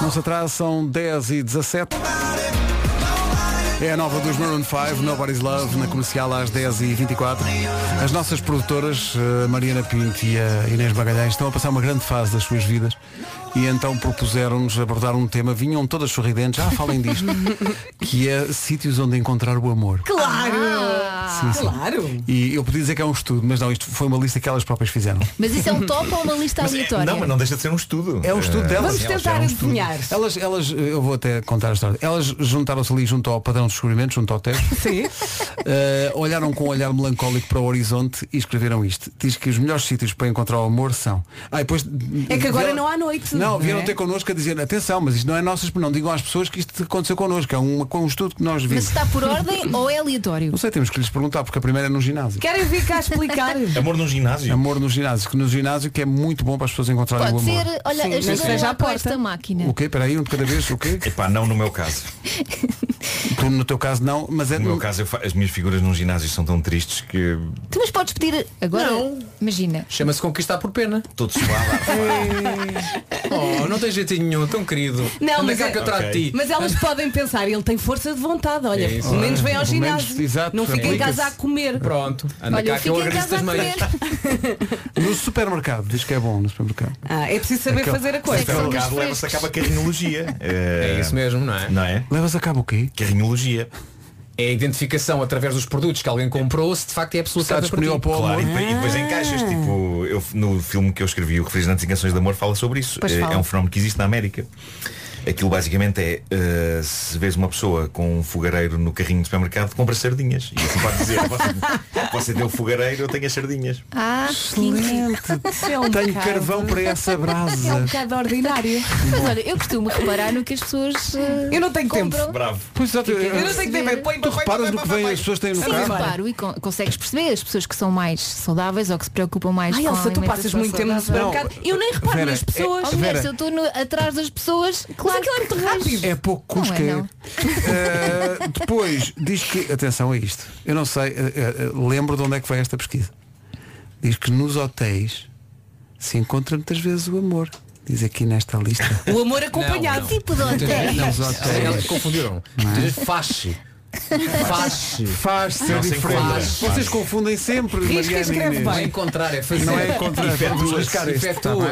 B: Não se atrasa, são 10 e 17. É a nova dos Maroon 5, Nobody's Love, na comercial às 10h24. As nossas produtoras, eh, Mariana Pinto e a Inês Magalhães, estão a passar uma grande fase das suas vidas e então propuseram-nos abordar um tema, vinham todas sorridentes, ah, falem disto, que é sítios onde encontrar o amor.
D: Claro!
B: Sim, sim.
D: Claro!
B: E eu podia dizer que é um estudo, mas não, isto foi uma lista que elas próprias fizeram.
E: Mas isso é um top ou uma lista aleatória?
K: Não, mas não deixa de ser um estudo.
B: É um estudo delas.
E: Vamos tentar
B: É um estudo.
E: adivinhar.
B: Elas, elas, eu vou até contar a história. Elas juntaram-se ali junto ao padrão de descobrimento, junto ao teste.
D: Sim.
B: Eh, olharam com um olhar melancólico para o horizonte e escreveram isto. Diz que os melhores sítios para encontrar o amor são. Ah, e depois,
D: É que agora
B: vieram-
D: não há noite.
B: Não, vieram
D: é?
B: ter connosco a dizer, atenção, mas isto não é nossas, não digam às pessoas que isto aconteceu connosco, é um, um estudo que nós
E: Mas
B: vimos.
E: está por ordem ou é aleatório?
B: Não sei, temos que lhes perguntar, porque a primeira é no ginásio.
D: Querem vir cá explicar?
K: Amor num ginásio?
B: Amor no ginásio, que no ginásio que é muito bom para as pessoas encontrarem o
E: Pode
B: amor.
E: ser, olha,
D: Sim, mas
E: ajuda-me
D: seja
E: lá
D: à
E: com
D: porta.
E: esta máquina.
B: O quê? Espera aí, um de cada vez, o quê?
K: Epá, não no meu caso.
B: Tu, no teu caso não, mas é
K: No meu caso, eu fa- as minhas figuras num ginásio são tão tristes que
E: Tu mas podes pedir agora? Imagina.
F: Chama-se Conquistar por Pena.
K: todo suado.
F: Oh, não tem jeitinho nenhum, tão querido.
D: Não,
F: Onde é
D: mas,
F: que é que eu trato de ti?
D: mas elas podem pensar, ele tem força de vontade, olha,
F: É isso.
D: pelo menos vem ao
B: Pelo menos,
D: ginásio.
B: exato,
D: não fica em
B: aplica-se.
D: casa a comer.
F: Pronto, anda
D: Olha,
F: cá que eu
D: fica em
F: agradeço
D: casa a
F: das meias.
D: comer.
B: No supermercado, diz que é bom no supermercado.
D: Ah, é preciso saber
B: Aquela-
D: fazer a coisa.
K: Pelo caso, leva-se a cabo a carrinologia. Eh,
F: É isso mesmo, não é?
K: Não é?
B: Levas a cabo o quê?
K: Carrinologia.
F: É a identificação através dos produtos que alguém comprou se de facto é a pessoa certa para ti.
K: Claro, e depois, e depois encaixas, tipo, eu, no filme que eu escrevi, o Refrigerantes e Canções de Amor, fala sobre isso.
F: Pois
K: Eh,
F: fala.
K: É um fenómeno que existe na América. Aquilo basicamente é eh, se vês uma pessoa com um fogareiro no carrinho de supermercado, compra sardinhas. E assim pode dizer, você, você tem o fogareiro, eu tenho as sardinhas.
E: Ah,
B: Excelente.
E: Isso é um
B: Tenho
E: bocado.
B: carvão para essa brasa.
E: É um bocado ordinário. Mas olha, eu costumo reparar no que as pessoas. eh, eu não tenho
B: tempo.
K: Bravo.
B: Pois exato, eu, eu,
F: é,
B: tu reparas no que vem as pessoas têm no
E: Sim,
B: carro?
E: reparo, e con- consegues perceber as pessoas que são mais saudáveis ou que se preocupam mais
D: Ai,
E: com
D: Elsa,
E: a
D: tu passas
E: alimentação
D: muito tempo no
E: saudável.
D: supermercado. Eu nem reparo
B: Vera,
D: nas pessoas.
E: Oh, mulher, se eu estou no- atrás das pessoas, claro que é muito
D: um
E: rápido.
B: É pouco
E: Não é,
B: cusqueiro.
E: não.
B: Uh, depois diz que, atenção a isto, eu não sei, uh, uh, uh, lembro de onde é que vai esta pesquisa. Diz que nos hotéis se encontra muitas vezes o amor. Diz aqui nesta lista.
D: O amor acompanhado. Tipo de
B: Muitas
D: hotéis.
B: vezes Nos hotéis.
F: Elas confundiram.
B: Não é?
F: Faz-se. Faz-se.
B: Faz-se a
F: Não se encontra.
B: diferença. é Vocês
F: Faz-se.
B: confundem sempre.
F: Risca,
B: Mariana e
F: escreve
B: Inês.
F: bem. Encontrar é fazer.
B: Não é encontrar.
F: Efetua-se.
B: Vamos buscar este, tá bem?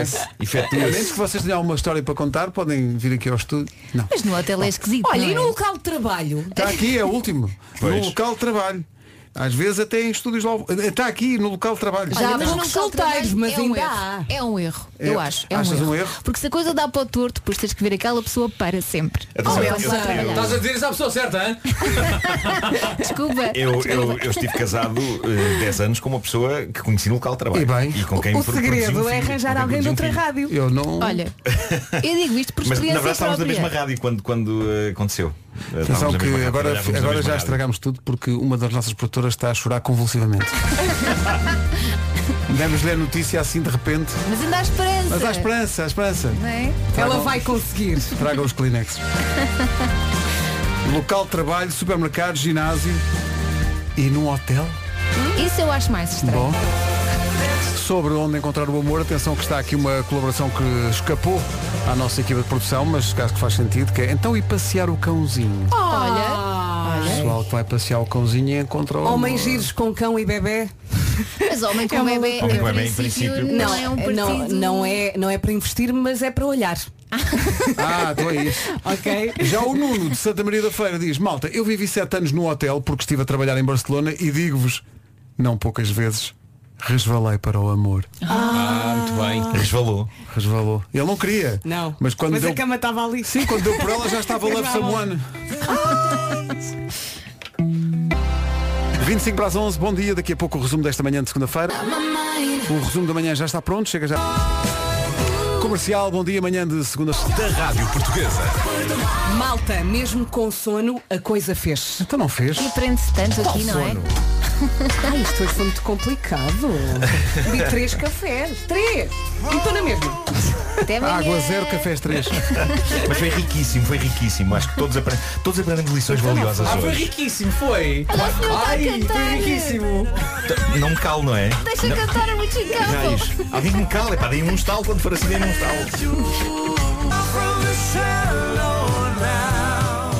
F: Efetua-se. Efetua-se.
B: A menos que vocês tenham alguma história para contar, podem vir aqui ao estúdio. Não.
E: Mas no hotel é esquisito.
D: Olha,
E: não
D: e no
E: é?
D: local de trabalho?
B: Está aqui, é o último.
K: Pois.
B: No local de trabalho. Às vezes até em estúdios lá. Está aqui, no local de trabalho.
E: Olha, mas
D: há
E: no
D: solteiros,
E: solteiros,
D: mas
E: é um
D: ainda
E: erro.
D: há.
E: É um erro,
B: É-
E: eu acho. É
B: achas
E: um, erro.
B: um erro?
E: Porque se a coisa dá para o torto, depois tens que ver aquela pessoa para sempre.
K: Atenção,
E: Oh,
K: eu-
E: Elsa,
K: eu- eu-
F: Estás a dizer isso à pessoa certa, hein?
E: Desculpa.
K: Eu, eu,
E: Desculpa.
K: eu estive casado eh, 10 anos com uma pessoa que conheci no local de trabalho.
B: E bem.
K: com quem produ-
D: O
K: produzi
D: segredo
K: um
D: é
K: filho,
D: arranjar
K: com quem
D: alguém de
K: produzi um
D: outra
K: filho.
D: rádio.
B: Eu não.
E: Olha, eu digo isto por
K: Mas na
E: experiência
K: verdade estávamos na
E: própria.
K: mesma rádio quando, quando eh, aconteceu. Eh, estávamos
B: Atenção
K: na mesma
B: que
K: rádio,
B: agora,
K: trabalhávamos na
B: agora
K: mesma
B: já
K: rádio.
B: estragamos tudo porque uma das nossas produtoras está a chorar convulsivamente. Demos-lhe a notícia assim de repente.
E: Mas ainda há esperança.
B: Mas há esperança, Tá há esperança.
E: Não é?
D: Ela vai conseguir.
B: Traga os Kleenex. Local de trabalho, supermercado, ginásio e num hotel.
E: Isso eu acho mais estranho.
B: Bom. Sobre onde encontrar o amor, atenção que está aqui uma colaboração que escapou à nossa equipa de produção, mas que acho que faz sentido, que é então e passear o cãozinho.
D: Olha.
B: O pessoal que vai passear o cãozinho e encontra o
D: Homens
B: amor.
D: giros com cão e bebê.
E: Mas homem com
D: É uma
E: bebê,
K: Homem com bebé,
E: em
K: em
E: princípio,
K: princípio,
E: não é um partido.
D: não, não é, não é para investir, mas é para olhar.
B: Ah, estou a isso.
D: Ok?
B: Já o Nuno de Santa Maria da Feira diz, malta, eu vivi sete anos no hotel porque estive a trabalhar em Barcelona e digo-vos, não poucas vezes, resvalei para o amor.
F: Ah, muito bem.
K: Resvalou.
B: Resvalou. Ele não queria.
D: Não.
B: Mas quando
D: mas
B: deu...
D: a cama estava ali.
B: Sim, quando deu por ela já estava leve Samuano.
D: Ah!
B: 25 para as 11, bom dia. Daqui a pouco o resumo desta manhã de segunda-feira. O resumo da manhã já está pronto, chega já. Comercial, bom dia, manhã de segunda
M: Da Rádio Portuguesa.
D: Malta, mesmo com sono, a coisa fez.
B: Então não fez?
E: E aprende-se tanto aqui, não é?
D: Ah, isto hoje foi muito complicado. De três cafés. Três! E estou na mesma.
E: Até amanhã.
B: Água zero, cafés 3.
K: Mas foi riquíssimo, foi riquíssimo. Acho que todos, apre- todos aprendemos lições
H: Então
K: valiosas
F: Ah, foi
K: hoje.
F: riquíssimo, foi.
D: tá
F: Ai, foi riquíssimo. é
K: Não me calo, não é?
E: Deixa
K: não...
E: cantar o
K: Já
E: Chicago.
K: isso. Alguém que me cala, é pá, dei um estalo quando for assim, dei um estalo.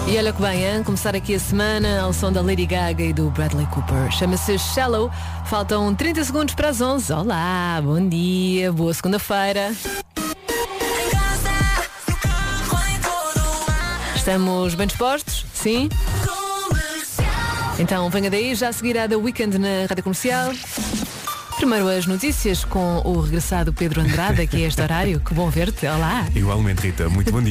P: E olha que bem, hein? começar aqui a semana ao som da Lady Gaga e do Bradley Cooper. Chama-se Shallow. Faltam 30 segundos para as 11. Olá, bom dia, boa segunda-feira. Estamos bem dispostos? Sim? Então venha daí, já a seguir a The Weekend na Rádio Comercial. Primeiro as notícias com o regressado Pedro Andrada, que é este horário. Que bom ver-te. Olá.
M: Igualmente, Rita, muito bom dia.